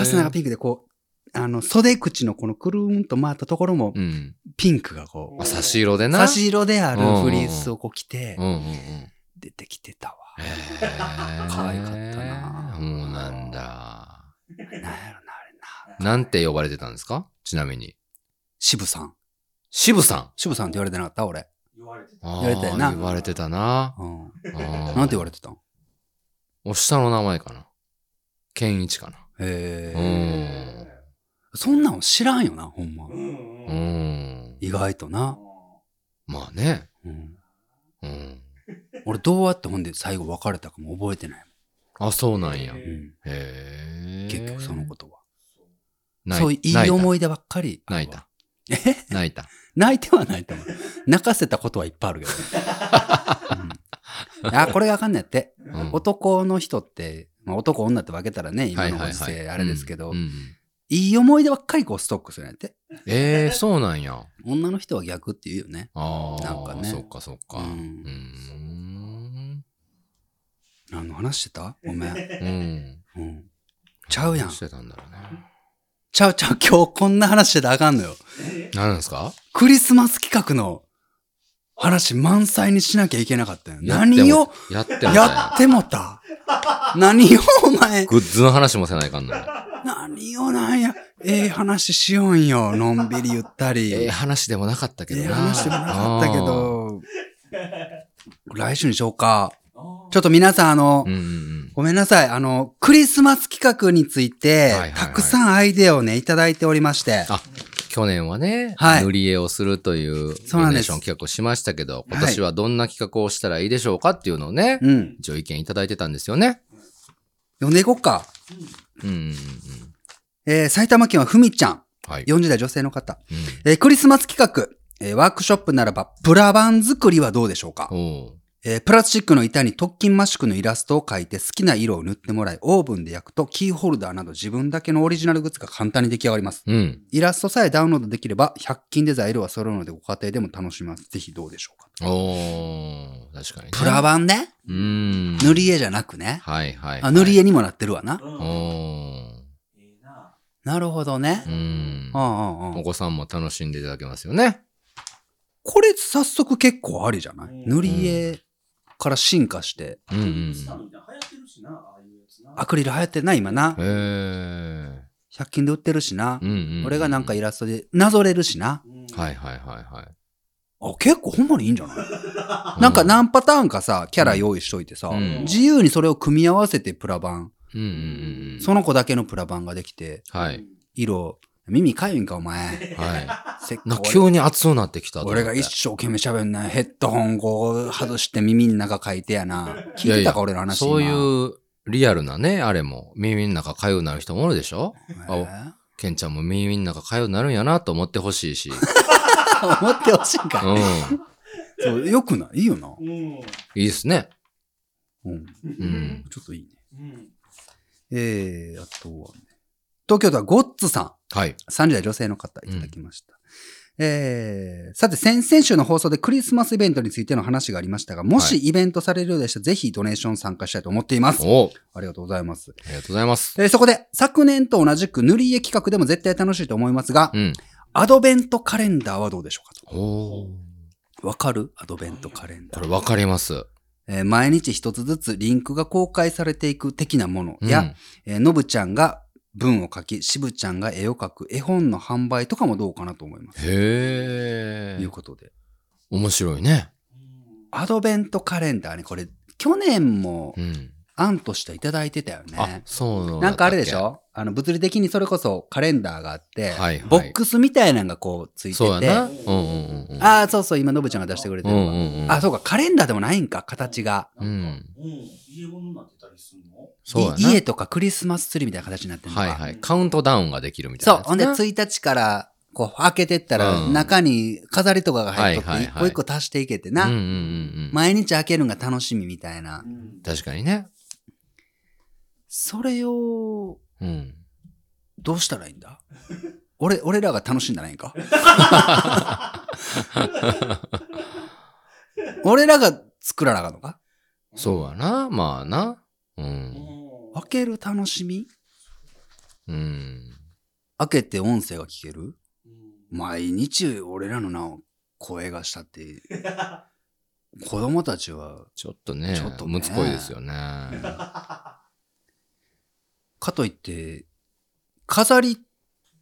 ァスナーがーピンクで、こう、あの、袖口のこのくるーんと回ったところもう、ん。ピンクがこあ差し色でう、な。差し色であるフリースをこう着てうん、うんうん。出てきてたわ。可可愛かったなもうなんだ。なんやろな、あれな。なんて呼ばれてたんですかちなみに。渋さん。渋さん。渋さんって言われてなかった俺。言われてた。あー言われたよな言われてたな。うん。ななんて言われてたんお下の名前かな。健一かな。へうえ。んそんなの知らんよな、ほんまう。んううん。ん。意外とな。まあね。うんうん。俺どうやってほんで最後別れたかも覚えてないあ、そうなんや。もへん。うんえ。結局そのことは。泣いそういういい思いい出ばっかり。泣いた。え泣いた。泣いてはないと思う。泣かせたことはいっぱいあるけ どね。うんあ、これがわかんないって。うん男の人って、まあ、男女って分けたらね、今のご時はいはい世はいあれですけど、うんいうんい思い出ばっかりこうストックするんやって。ええ、そうなんや。女の人は逆って言うよね。ああ、なんかねそっかそっか。ううんーん。何の話してたごめん。うん。うん。ちゃうやんどしてたんだろうね。ちゃうちゃう、今日こんな話してたらあかんのよ。何ですかクリスマス企画の話満載にしなきゃいけなかったよ。やっても何をやってもたんややってもた。何をお前、グッズの話もせないかんのに。何をなんや、ええ話しよんよ。のんびりゆったり。 えええ話でもなかったけえどな。話でもなかったけど。来週にしようか。ちょょっっと皆さん、あの、うん。うんうんごめんなさい。あの、クリスマス企画について、はいはいはいたくさんアイデアをね、いただいておりまして。あ去年はね、はい塗り絵をするというそうなんネでーすション企画をしましたけど、今年はどんな企画をしたらいいでしょうかっていうのをね、うん。一応意見いただいてたんですよね。呼んでいこうか。うんうんうん。えー埼玉県はふみちゃん。はい。 40代女性の方。うんえークリスマス企画、えーワークショップならば、プラバン作りはどうでしょうか、おうえープラスチックの板に特勤マシクのイラストを描いて好きな色を塗ってもらい、オーブンで焼くとキーホルダーなど自分だけのオリジナルグッズが簡単に出来上がります。うん。イラストさえダウンロードできれば、100均で材料は揃うのでご家庭でも楽しめます。ぜひどうでしょうかおー確かにね。プラバンねうん。塗り絵じゃなくね。はいはい、はあ、い。塗り絵。絵にもなってるわな。とおーええな。なるほどねう。んう。んうんうおん。子さんも楽しんでいただけますよね。これ早速結構ありじゃないうん塗り絵から進化して。うんうんうん。へスタミナ流行ってるしな、ああいうやつな。アクリル流行ってんな、今な。え。 100均で売ってるしなう。んうん、うん。俺がなんかイラストでなぞれるしな。うんはいはいはいはい。あ、結構ほんまにいいんじゃないなんか何パターンかさ、キャラ用意しといてさ、うん自由にそれを組み合わせてプラバン、うんうんうんうん。その子だけのプラバンができて、はい。色、耳かゆいんか、お 前。 はせっい。かなく俺急に熱そうなってきたと思って。俺が一生懸命喋んないヘッドホンを外して耳の中書いてやな。聞いてたか、俺の話。そういうリアルなね、あれも、耳の中かゆうなる人もおるでしょ今。あえケンちゃんも耳の中かゆうなるんやなと思ってほし いし。ー思ってほしいんうかん。い。そうよくないいいよな。うん。いいですね。うん。ちうん。ょっといいね。うん。えー、あとは、ね、東京都はゴッツさはい。ん、30代女性の方いただきました。えー、さて先々週の放送でクリスマスイベントについての話がありましたが、もしイベントされるようでしたら、ぜひドネーション参加したいと思っています。おうありがとうございます。ありがとうございます。えーそこで、昨年と同じく塗り絵企画でも絶対楽しいと思いますが、うん。アドベントカレンダーはどうでしょうかおーと。わかるアドベントカレンダこー。れわかります。えー毎日一つずつリンクが公開されていく的なものうんや、、えーのぶちゃんが文を書き、しぶちゃんが絵を描く絵本の販売とかもどうかなと思います。へといえう。ことで。面白いね。アドベントカレンダーね、これ、去年もうん。案としていただいてたよあね、。そうだったっけなんかあれでしょあの物理的にそれこそカレンダーがあって、はいはいボックスみたいなのがこうついてそうてやな。うあんうんうんうん。あーそうそう今ノブちゃんが出してくれてうるんのうが、んうん。あそうかカレンダーでもないんか形がうなん。んかうん。家物になってたりすんのそうやいな。家とかクリスマスツリーみたいな形になってるのが、はいはい。カウントダウンができるみたそいうなやつな。ほんで1日からこう開けてったら、うん中に飾りとかが入っとっはいて一はいは個い一個足していけてな、うんうんうんうん。毎日開けるのが楽しみみたいなうん確かにね。それをうん。どうしたらいいんだ 俺俺らが楽しんだらいいんか 俺らが作らなあかんのかそうやな。まあな。う。うんん開ける楽しみうん。開けて音声が聞けるうん毎日俺らのな声がしたって子供たちはちょっとね、ちょっとねむつこいですよね。かといって飾り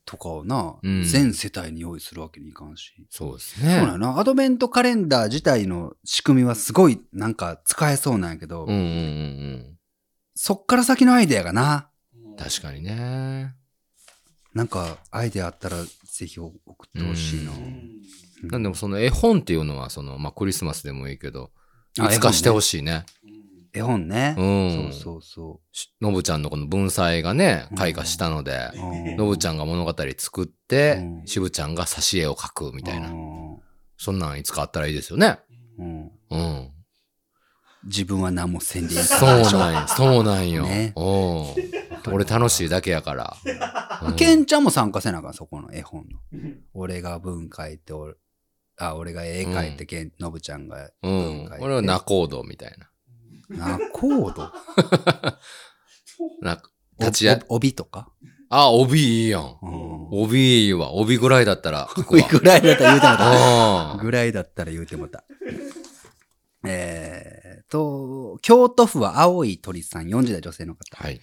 とかをな、うん全世帯に用意するわけにいかんし、そうですそうなんねや。なアドベントカレンダー自体の仕組みはすごいなんか使えそうなんやけど、うんうんうんそっから先のアイデアがなうん。確かにね。なんかアイデアあったらぜひ送ってほしいな、ううんうんなんでもその絵本っていうのは、その、まあクリスマスでもいいけど、いあつかしてほしいしいね。うん絵本ね、うん。そうそうそしのぶちゃんのこの文才がね、開花したので、う、うんのぶちゃんが物語作って、うんしぶちゃんが挿絵を描くみたいな、うんそんなんいつかあったらいいですよね。うんうん。自分は何もせんでいいそうな んや、そうなんよ。ねおう俺楽しいだけやから。うんケンちゃんも参加せなあかん、そこの絵本の。うん俺が文書いて、俺あ、俺が絵描いて、ケン、のぶちゃんが、うん。俺は仲人みたいな。な、コードなんか 立ち会い。おお帯とかあ、帯いいやん。うん。 帯いいわ。帯ぐらいだったら書ぐくわ。らいだったら言うてもた。あぐらいだったら言うてもた。えーと、京都府は青い鳥さん、40代女性の方。はい。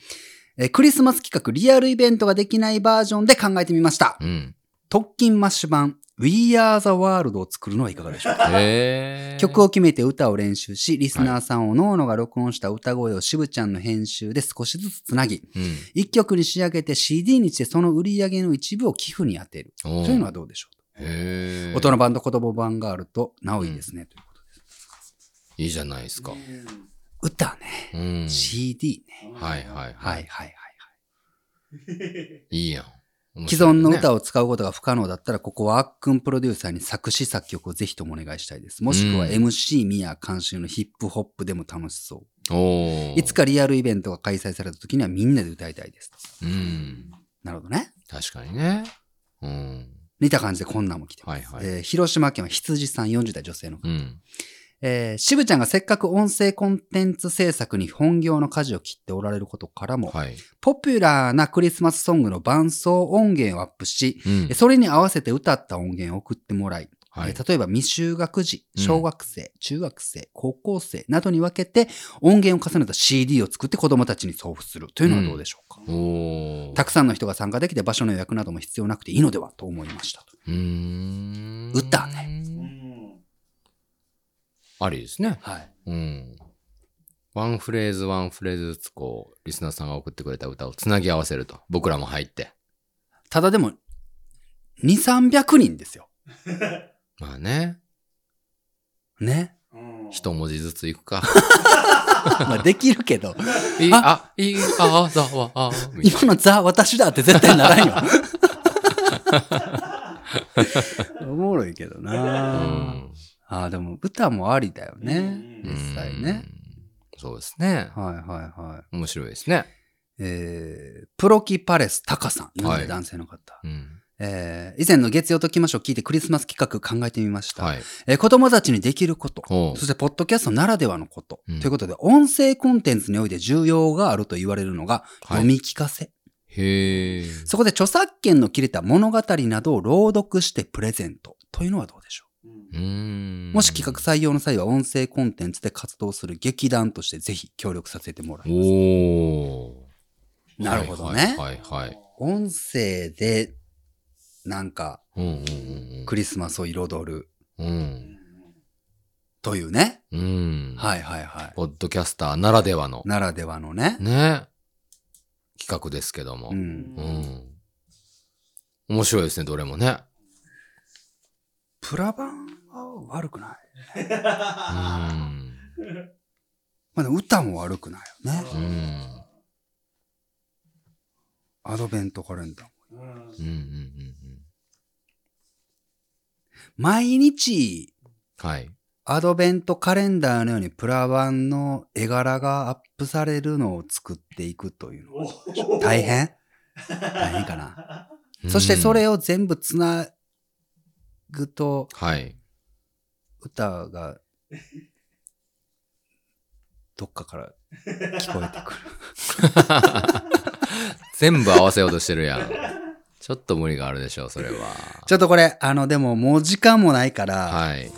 えークリスマス企画、リアルイベントができないバージョンで考えてみました。うん。特勤マッシュ版、We Are the World を作るのはいかがでしょうかへえ。曲を決めて歌を練習し、リスナーさんおのおのが録音した歌声をしぶちゃんの編集で少しずつつなぎ、うん。一曲に仕上げて CD にしてその売り上げの一部を寄付に当てる。そというのはどうでしょへうえ。大人版と子供版があると、なおいいですね。ということでいいじゃないですかう。ん歌ね、うん。 CD ね。はいはいははいい。はいはいいいやん。面既存白いねの歌を使うことが不可能だったら、ここはあっくんプロデューサーに作詞作曲をぜひともお願いしたいです。もしくはうん MC ミヤ監修のヒップホップでも楽しそう。おーいつ。かリアルイベントが開催された時にはみんなで歌いたいです。うん。なるほどね。確かにね。うん。似た感じでこんなんも来てます。はいはいえー広島県は羊さん40代女性の方。うん。えー、渋ちゃんがせっかく音声コンテンツ制作に本業の舵を切っておられることからも、はい。ポピュラーなクリスマスソングの伴奏音源をアップし、うんそれに合わせて歌った音源を送ってもらい、はえい。ー例えば未就学児、うん小学生、中学生、高校生などに分けて音源を重ねた CD を作って子供たちに送付するというのはどうでしょうか、おお。たくさんの人が参加できて場所の予約なども必要なくていいのではと思いましたと。うーん。歌うね。んありですね。はい。うん。ワンフレーズワンフレーズずつこう、リスナーさんが送ってくれた歌をつなぎ合わせると。僕らも入って。ただでも、2、300人ですよ。まあね。ね。うん一文字ずつい くか。まあできるけ ど、い、あ、い、あ、ざわ、あ、みたい今のザ、私だって絶対な らんよ。おもろいけどな。うな。ん。ああ、でも歌もありだよ ね。うん実際ね。うん。そうですね。はいはいはい。面白いですね。えー、プロキパレスタカさん、40はい代男性の方。うん。えー、以前の月曜ときましょう聞いてクリスマス企画考えてみました。はい。えー子供たちにできること、おうそしてポッドキャストならではのこと、うんということで、音声コンテンツにおいて重要があると言われるのが、はい読み聞かせ。へえ。そこで著作権の切れた物語などを朗読してプレゼントというのはどうでしょううんーん。うもし企画採用の際は音声コンテンツで活動する劇団としてぜひ協力させてもらいます。おーなるほどね。はいはいはい。音声で、なんか、うんうんクリスマスを彩るうんうん。うんというね。うん。はいはいはい。ポッドキャスターならではの。ならではのね。ね。企画ですけどもう。ん。うん。面白いですね、どれもね。プラ版は悪くない。うん。まあ、でも歌も悪くないよね。うん。アドベントカレンダー。うんうんうんうんうん。毎日、はい。アドベントカレンダーのようにプラ版の絵柄がアップされるのを作っていくというの。お大変大変かな。そうんしてそ。れを全部つなぐと、はい。 歌が、どっかから聞こえてくる。全部合わせようとしてるやん。ちょっと無理があるでしょう、それは。ちょっとこれ、あの、でももう時間もないから、はい。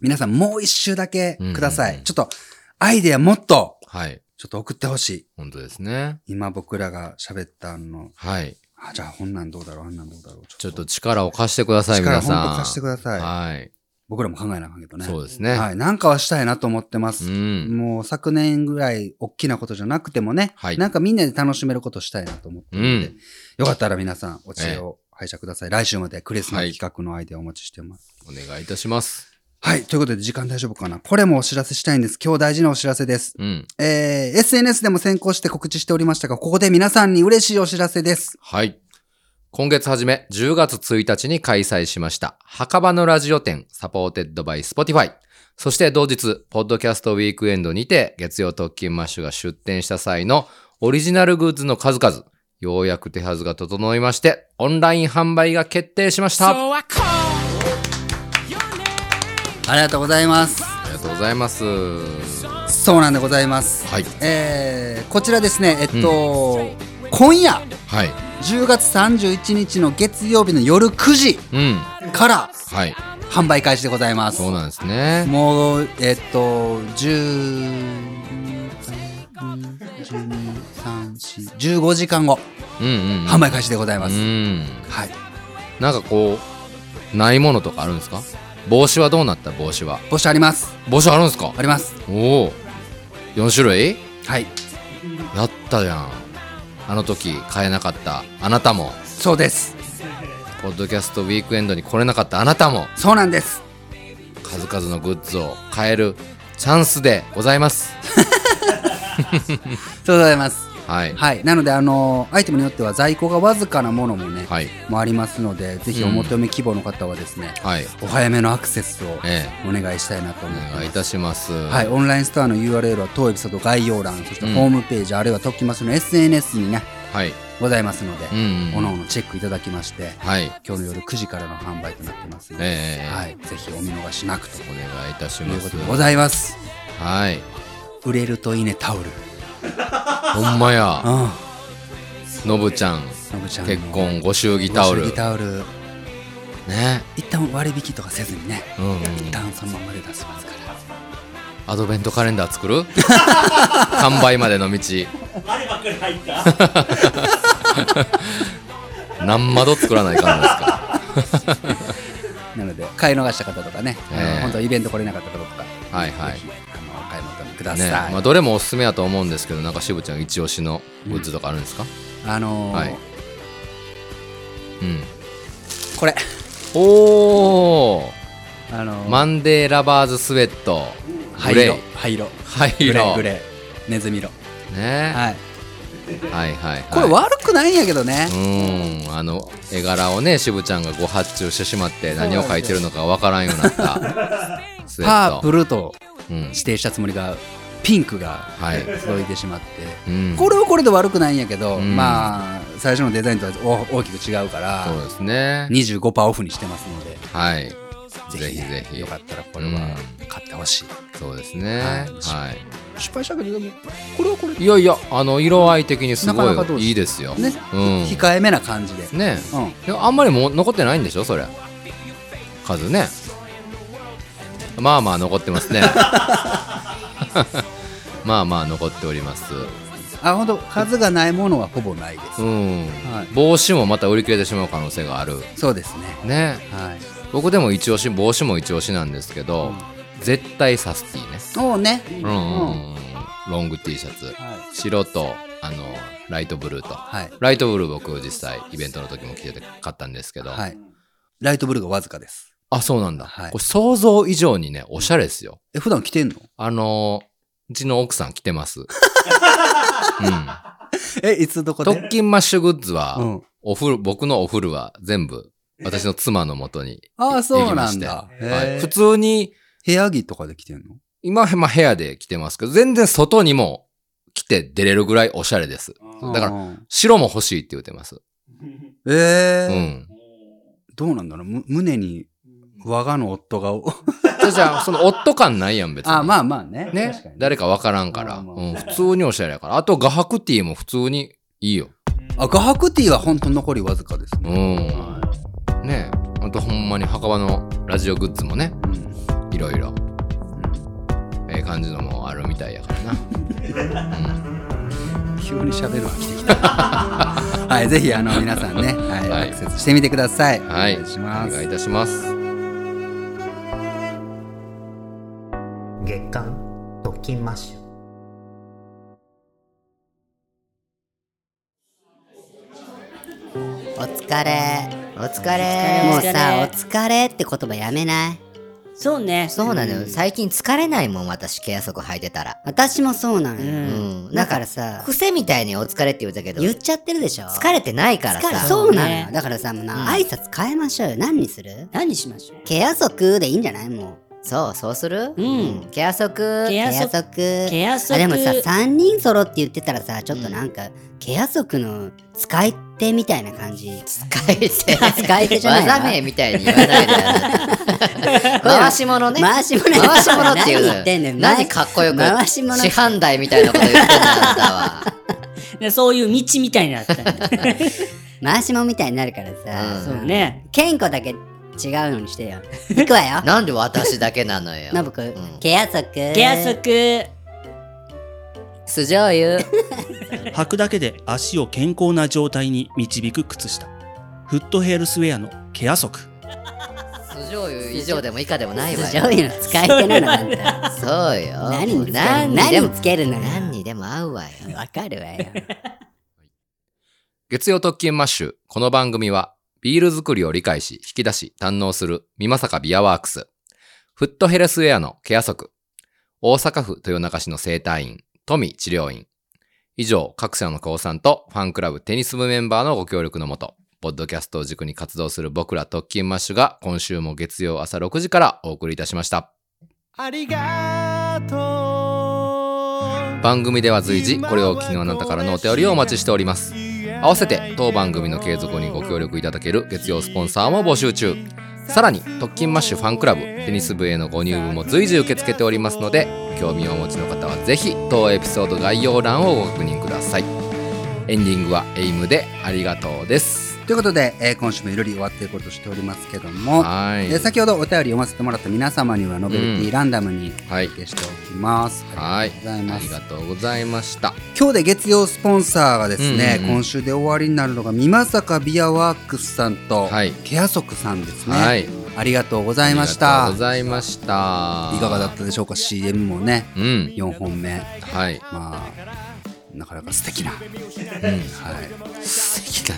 皆さんもう一周だけください。うんうんちょっと、アイデアもっと、はい。ちょっと送ってほしい。本当ですね。今僕らが喋ったの、はい。あ、じゃあ本なんどうだろう、あんなんどうだろう。ちょっと力を貸してください、力皆本さん。当貸してください。はい。僕らも考えなあかんけどね。そうですね。はい。なんかはしたいなと思ってます。うん。もう昨年ぐらい大きなことじゃなくてもね、はいなんかみんなで楽しめることしたいなと思ってるので、うんよかったら皆さんお知恵を拝借ください。来週までクリスマス企画のアイデアお待ちしてます。お願いいたします。はい、ということで時間大丈夫かなこれもお知らせしたいんです。今日大事なお知らせです。うん。えー、SNS でも先行して告知しておりましたが、ここで皆さんに嬉しいお知らせです。はい。今月初め、10月1日に開催しました、墓場のラジオ展、サポーテッドバイ Spotify。そして同日、ポッドキャストウィークエンドにて、月曜特勤マッシュが出展した際のオリジナルグッズの数々、ようやく手はずが整いまして、オンライン販売が決定しました。あありがとうございます。りがとうございます。はそうなんでございます。い。えー、こちらですね、えっと、今夜、はい。 10月31日の月曜日の夜9時うん。からはい。販売開始でございますそう。なんですね。もう、えっと、10、12 13 14 15時間後、うんうん。販売開始でございます。うん。はい。なんかこう、ないものとかあるんですか帽子はどうなった帽子は。募集あります。帽子あるんですかあります。おお4種類はい。やったじゃんあの時買えなかったあなたもそうです。ポッドキャストウィークエンドに来れなかったあなたもそうなんです。数々のグッズを買えるチャンスでございますそうでございます。はいはい。なので、あの、アイテムによっては在庫がわずかなものもね、はいもありますので、ぜひお求め希望の方はですね、はいお早めのアクセスをえお願いしたいなとお思ってま願いすい。たしますはい、オンラインストアの URL は当エピソード概要欄、そしてホームページ、あるいはトッキマスの SNS にね、はいございますのでう、んおうんのおのチェックいただきまして、はい今日の夜9時からの販売となってますので、ええはい、ぜひお見逃しなくとお願いいたしいまうこすとでございます。はい売れるといいね、タオル。ほんまやあのぶちゃんあ、のぶちゃんの結婚ご祝儀タオご祝ル儀タオル。ね一旦割引とかせずにね、うんうん一旦そのままで出しますから。アドベントカレンダー 作る販売までの道あればっかり入った。何窓作らないかんですかなので、買い逃した方とかね、ええ本当イベント来れなかった方とか、はいはいぜひあの、お買い求めくだね さい。まあ、どれもおすすめやと思うんですけどなんか渋ちゃん一押しのグッズとかあるんですかあのーはいうん、これ。おおあのマンデーラバーズスウェット灰グレ色ー灰色灰グレー色グレーネズミ色ねはいはいはいはいこれ悪くないんやけどねう、ーんあの絵柄をね渋ちゃんがご発注してしまって何を描いてるのかわからんようにな ったスウェッパートプルとうん指定したつもりがピンクがはい、届いてしまって、うん、これはこれで悪くないんやけど、うんまあ最初のデザインとはお大きく違うからそうですね25%オフにしてますのではいぜぜひ,、ひぜひよかったらこれは買ってほしい、そうですねははい失敗したけどでもこれはこれいやいやあの色合い的にすなかなかどごうしいいいですよね、うん控えめな感じで、ねうんえでもあんまりもう残ってないんでしょそれ数ねまあまあ残ってま すねまあまあ残っておりますあ本当数がないものはほぼないです、うん、はい帽子もまた売り切れてしまう可能性があるそうですねねはい僕でも一押し帽子も一押しなんですけど、絶対サスティねそうねうんうんうん、ロング T シャツはい白とあのライトブルーと。はい。ライトブルー僕実際イベントの時も着てて買ったんですけど、はい。ライトブルーがわずかです。あ、そうなんだ、はいこれ想像以上にね、おしゃれですよ。え、普段着てんのあのーうちの奥さん着て ます。うん。え、いつどこ特で勤マッシュグッズは、うん。お風呂、僕のお風呂は全部、 私の妻のもとに。ああ、そうなん行だ。へはえい、普通に、部屋着とかで着てんの今はまあ部屋で着てますけど、全然外にも着て出れるぐらいおしゃれです。だからら。白も欲しいって言ってます。えうえん。どうなんだろうむ胸に我がの夫がお、そじゃあ、その夫感ないやん、別に。あ、まあまあね。確かねに。誰かわからんかまら、あまあうん。普通におしゃれやから。あと、画伯ティーも普通にいいよ。あ、画伯ティーは本当残りわずかですうね。ん。はねあと、ほんまに墓場のラジオグッズもね、いうんいろいろ、ええ感じのもあるみたいやからな。うん急に喋るわ来てきた。 はい、ぜひあの皆さんね、はい、はいアクセスしてみてください。はい。お願いしまおす。願いいたします。月刊特勤マッシュお疲れ。お疲れもうさ、お疲れって言葉やめないそうね。そうなのよ。ん最近疲れないもん、私、ケアソク履いてたら。私もそうなのうよ。ん。だからさ、癖みたいにお疲れって言うたけど、言っちゃってるでしょ。疲れてないから疲れさ。そうなのよ。ねだからさ、もうな、うん挨拶変えましょうよ。何にする何にしましょう。ケア族でいいんじゃないもそう、そうするうんケアソク。ケアソソク。う。ケア族。あでもさ、 3人揃って言ってたらさ、ちょっとなんか、ケア族の使い手みたいな感じ。使い 手。使い手じゃないな技名みたいに言わないで よ。回し物ね。回し物や回し物っていう何言ってんねん何かっこよく回し物師範代みたいなこと言ってんだあんたは でそういう道みたいになったんだ 回しもみたいになるからさ、うんそうね。ケンコだけ違うのにしてよ。行くわよ。なんで私だけなのよノブくうんん、ケア族。ケケアソク、酢醤油 履くだけで足を健康な状態に導く靴下フットヘルスウェアのケア足酢醤油以上でも以下でもないわ醤よ油の使い手なのあんた。そうよ何につける何にで何もにつけるのよ。何にでも合うわよわかるわよ。月曜特勤マッシュ。この番組は、ビール作りを理解し、引き出し、堪能する、美まさかビアワークス。フットヘルスウェアのケア足。大阪府豊中市の整体院、富治療院。以上、各社の協賛と、ファンクラブテニス部メンバーのご協力のもと、ポッドキャストを軸に活動する僕ら特勤マッシュが、今週も月曜朝6時からお送りいたしました。ありがと番組ではう随随時、時ここれれをを昨昨日日ああななたたかかららののおお便便りりををおお待待ちちししてておおりりまますす合合わわせせてて当当番番組組のの継継続続ににごご協協力力いいたただだけけるる月月曜曜ススポポンンササーーもも募募集集中中ささららにに特特勤勤ママッッシシュュフファァンンククララブブテテニニスス部部へへののごご入入部部もも随随時時受受けけ付付けけてておおりりまますすののでで興味をお持ちの方はぜひ当エピソード概要欄をご確認くださいエンディングはエイムでありがとうですということで、えー今週もいろり終わっていこうとしておりますけども、はいえー先ほどお便り読ませてもらった皆様にはノベルティうんーランダムにおはい届けしておきます。はありいがとうございまありすが。とうございました今日で月曜スポンサーがですね、うんうんうん今週で終わりになるのが、美まさかビアワークスさんと、はいケアソクさんですね、はいありがとうござあいりまがした。とうございましたいいかがだったでしょうか ?CM もね、うん4本目。はいまあ、なかなか素敵な。はい。素敵だ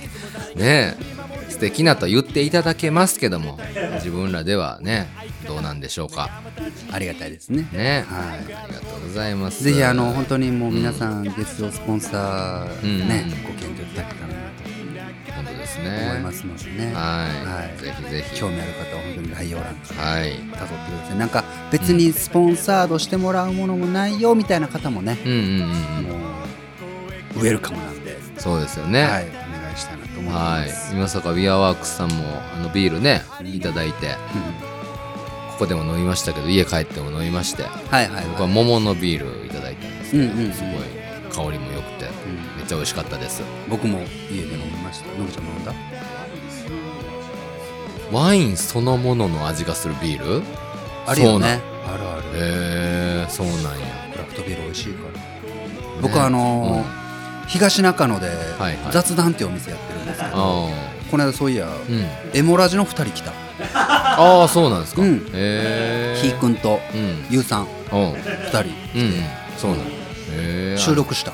ねえ素敵なと言っていただけますけども自分らではねどうなんでしょうかありがたいですね。ねはいありがとうございますぜひあの本当にもう皆さん月曜スポンサーね、ご検討いただけたらなと本当です思いねますのでね、はい、はいぜひぜひ興味ある方は本当に概要欄からはい辿ってくださいなんか別にスポンサードしてもらうものもないよみたいな方もね、うんうんうんうんもうウェルカムなんで、そうですよねはい、お願いしたいなと思いはまいす。今坂ビアワークスさんもあのビールねいただいてうんここでも飲みましたけど家帰っても飲みましてはいはい僕ははい桃のビールいただいたんですけど、うんうんうんすごい香りも良くてうんめっちゃ美味しかったです僕も家で飲みました。のぶちゃんも飲んだワインそのものの味がするビールあるよそうなねん。あるある。へえそうなんやクラフトビール美味しいから、僕はあのー東中野でいはい雑談っていうお店やってるんですけど、あこの間そういや、ー、うん、エモラジの2人来たあーそうなんですか、うへんえひーくんとうんゆうさんうんうん2人そうなんへえ収録した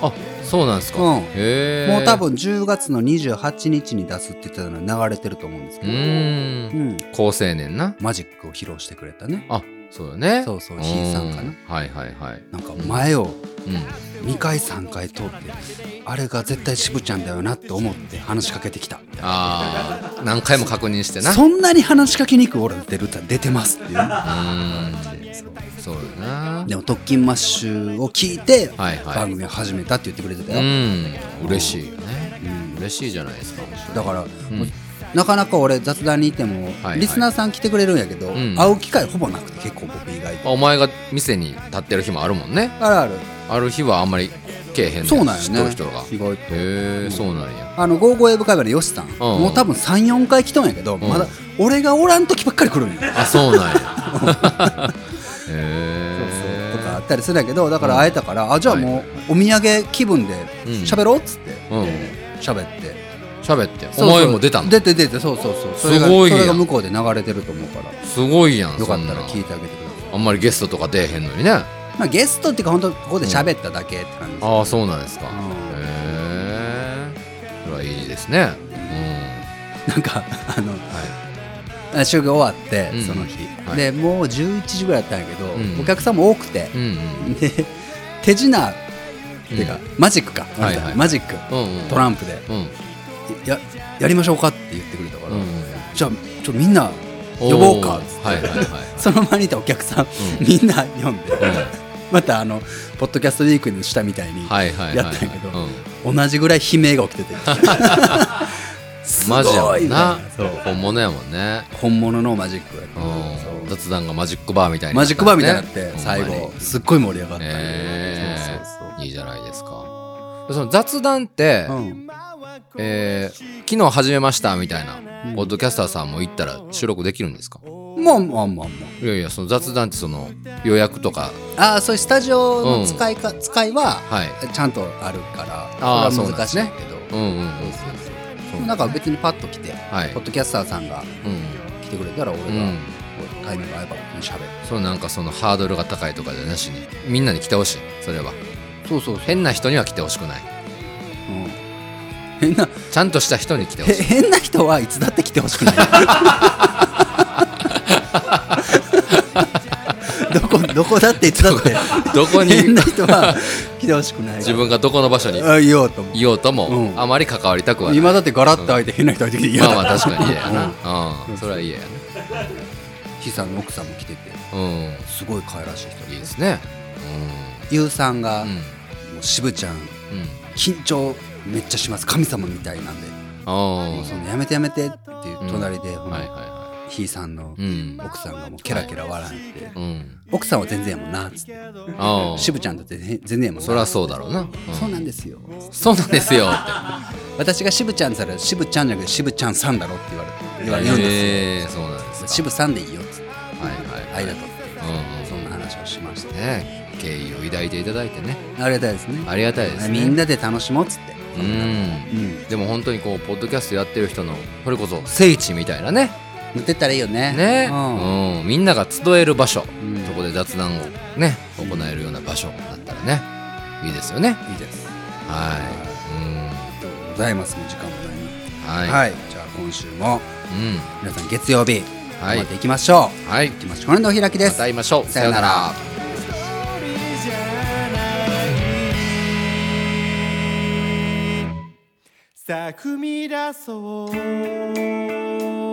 あそうなんですか。うんへえ。もう多。分10月の28日に出すって言ってたのに流れてると思うんですうけど、ーん。うん高青年な。マジックを披露してくれたねあ、そうよね。そうそう C さんかなうはいはいはい。なんか前をうん。 2回3回通ってあれが絶対渋ちゃんだよなって思って話しかけてきたああ、何回も確認してな。うそんなに話しかけにくい俺出る出てますっていうねーん。そうよな。でも特勤マッシュを聞いてはいはい番組を始めたって言ってくれてたよ、うん。嬉しいよね。嬉しいじゃないですか。だから、んもうなかなか俺雑談にいても、はいリスナーさん来てくれるんやけど、ん会う機会ほぼなくて結構僕以外あお前が店に立ってる日もあるもんね。あるあるある日はあんまりけえへんねそうなん知よっとるね人が。意外へとえ、そうなんや。あのゴーゴーエブカメラよしさん、もう多分34回来とんやけど、まだ俺がおらん時ばっかり来るんやあ、そうなん や。へえ。とかあったりするんやけどだから会えたから、あじゃあもうお土産気分でうん喋ろうっつってうん。喋って、喋って。そうおそう前も出たの出て出てそうそうそうそれがすごいやそんれが向こうで流れてると思うからすごいやん。よかそっんたなら聞いてあげてくださいあんまりゲストとか出えへんのにね。あまあ、ゲストっていうか本当ここで喋っただけって感じです、あ、そうなんですか。へんえ。それはいいですね。なんか あの、あ収録終わって、うんその日、はいでもう11時ぐらいだったんやけど、うんお客さんも多くてう、ん。うんで手品 っていうか、うんマジックか、はいはいマジック、うん。うんうん。トランプでうん。ややりましょうかって言ってくれたから、うんうん。じゃあちょみんなおー呼ぼうかっつってはいはいはい。その場にいたお客さん、うんみんな呼んで、 またあのポッドキャストウィークにしたみたいに、はいはいはいはい。やったんやけどうん同じぐらい悲鳴が起き ててすマジやもごいんみたいなな。そう本物やもんね。本物のマジックやったうそん。う雑談がマジックバーみたいになマっジたッんクバだね。ーみたいになって最ほんまに後すっごい盛り上がった、ええそうそういいじゃないですか。その雑談って、そう、うん、えー昨日始めましたみたいな、ポッドキャスターさんも行ったら収録できるんですかまあまあまあまいやいや、その雑談ってその予約とか、ああーそういうスタジオの使いか、使いははい。ちゃんとあるからあーそれは難しいけどうんうんうん。でもなんか別にパッと来て、はいポッ。ドキャスターさんがうん。来てくれたら俺が、うん。タイミング合えば喋るそうなんかそのハードルが高いとかじゃなしに、みんなに来てほしい。それは。そうそうそう、変な人には来てほしくない。うん変なちゃんとした人に来てほへしい。変な人はいつだって来てほし くないどこどこだっていつだって どこに変な人は来てほしくない自分がどこの場所にあいようと思ういようとも、うんあまり関わりたくはない。今だってガラッと開いて変な人入ってきて嫌まだあまあ確かに嫌 やうんな。うん。それは嫌やね。ヒさんの奥さんも来ててうすごい可愛らしい人ん。いいですね。ゆうさんが、うん。うんも。う渋ちゃんうん。緊張めっちゃします神様みたいなんで、もあうそのやめてやめてっていう隣で、あ。はいはいはひいさんのい。うん。奥さんがもうケラケラ笑って、うん。奥さんは全然やもんなっつってああ。渋ちゃんだって全然やもんなそりゃそうだろうな。うんそうなんですよそうなんですよっ私が渋ちゃんって言ったら渋ちゃんじゃなくて渋ちゃんさんだろって言われて言わて。れるんでええ、そうなんですよすか。渋さんでいいよっつってはいはい。間取ってうんうん。そんな話をしましたね敬意を抱いていただいてね。ありがたいですねありがたいですね。みん。なで楽しもうっつってうん。うんでも本当にこう、ポッドキャストやってる人の、それこそ聖地みたいなね。塗ってったらいいよねね、うんうんみんなが集える場所、うんそこで雑談をね行えるような場所だったらねいいですよねいいですありがとはうございますもう時間もないないうんはい、はいじゃあ今週もう皆さん月曜日はい頑張っていきましょうんはいいきましょうこれでお開きでますた会いましょうさよならさよならさあ踏み出そう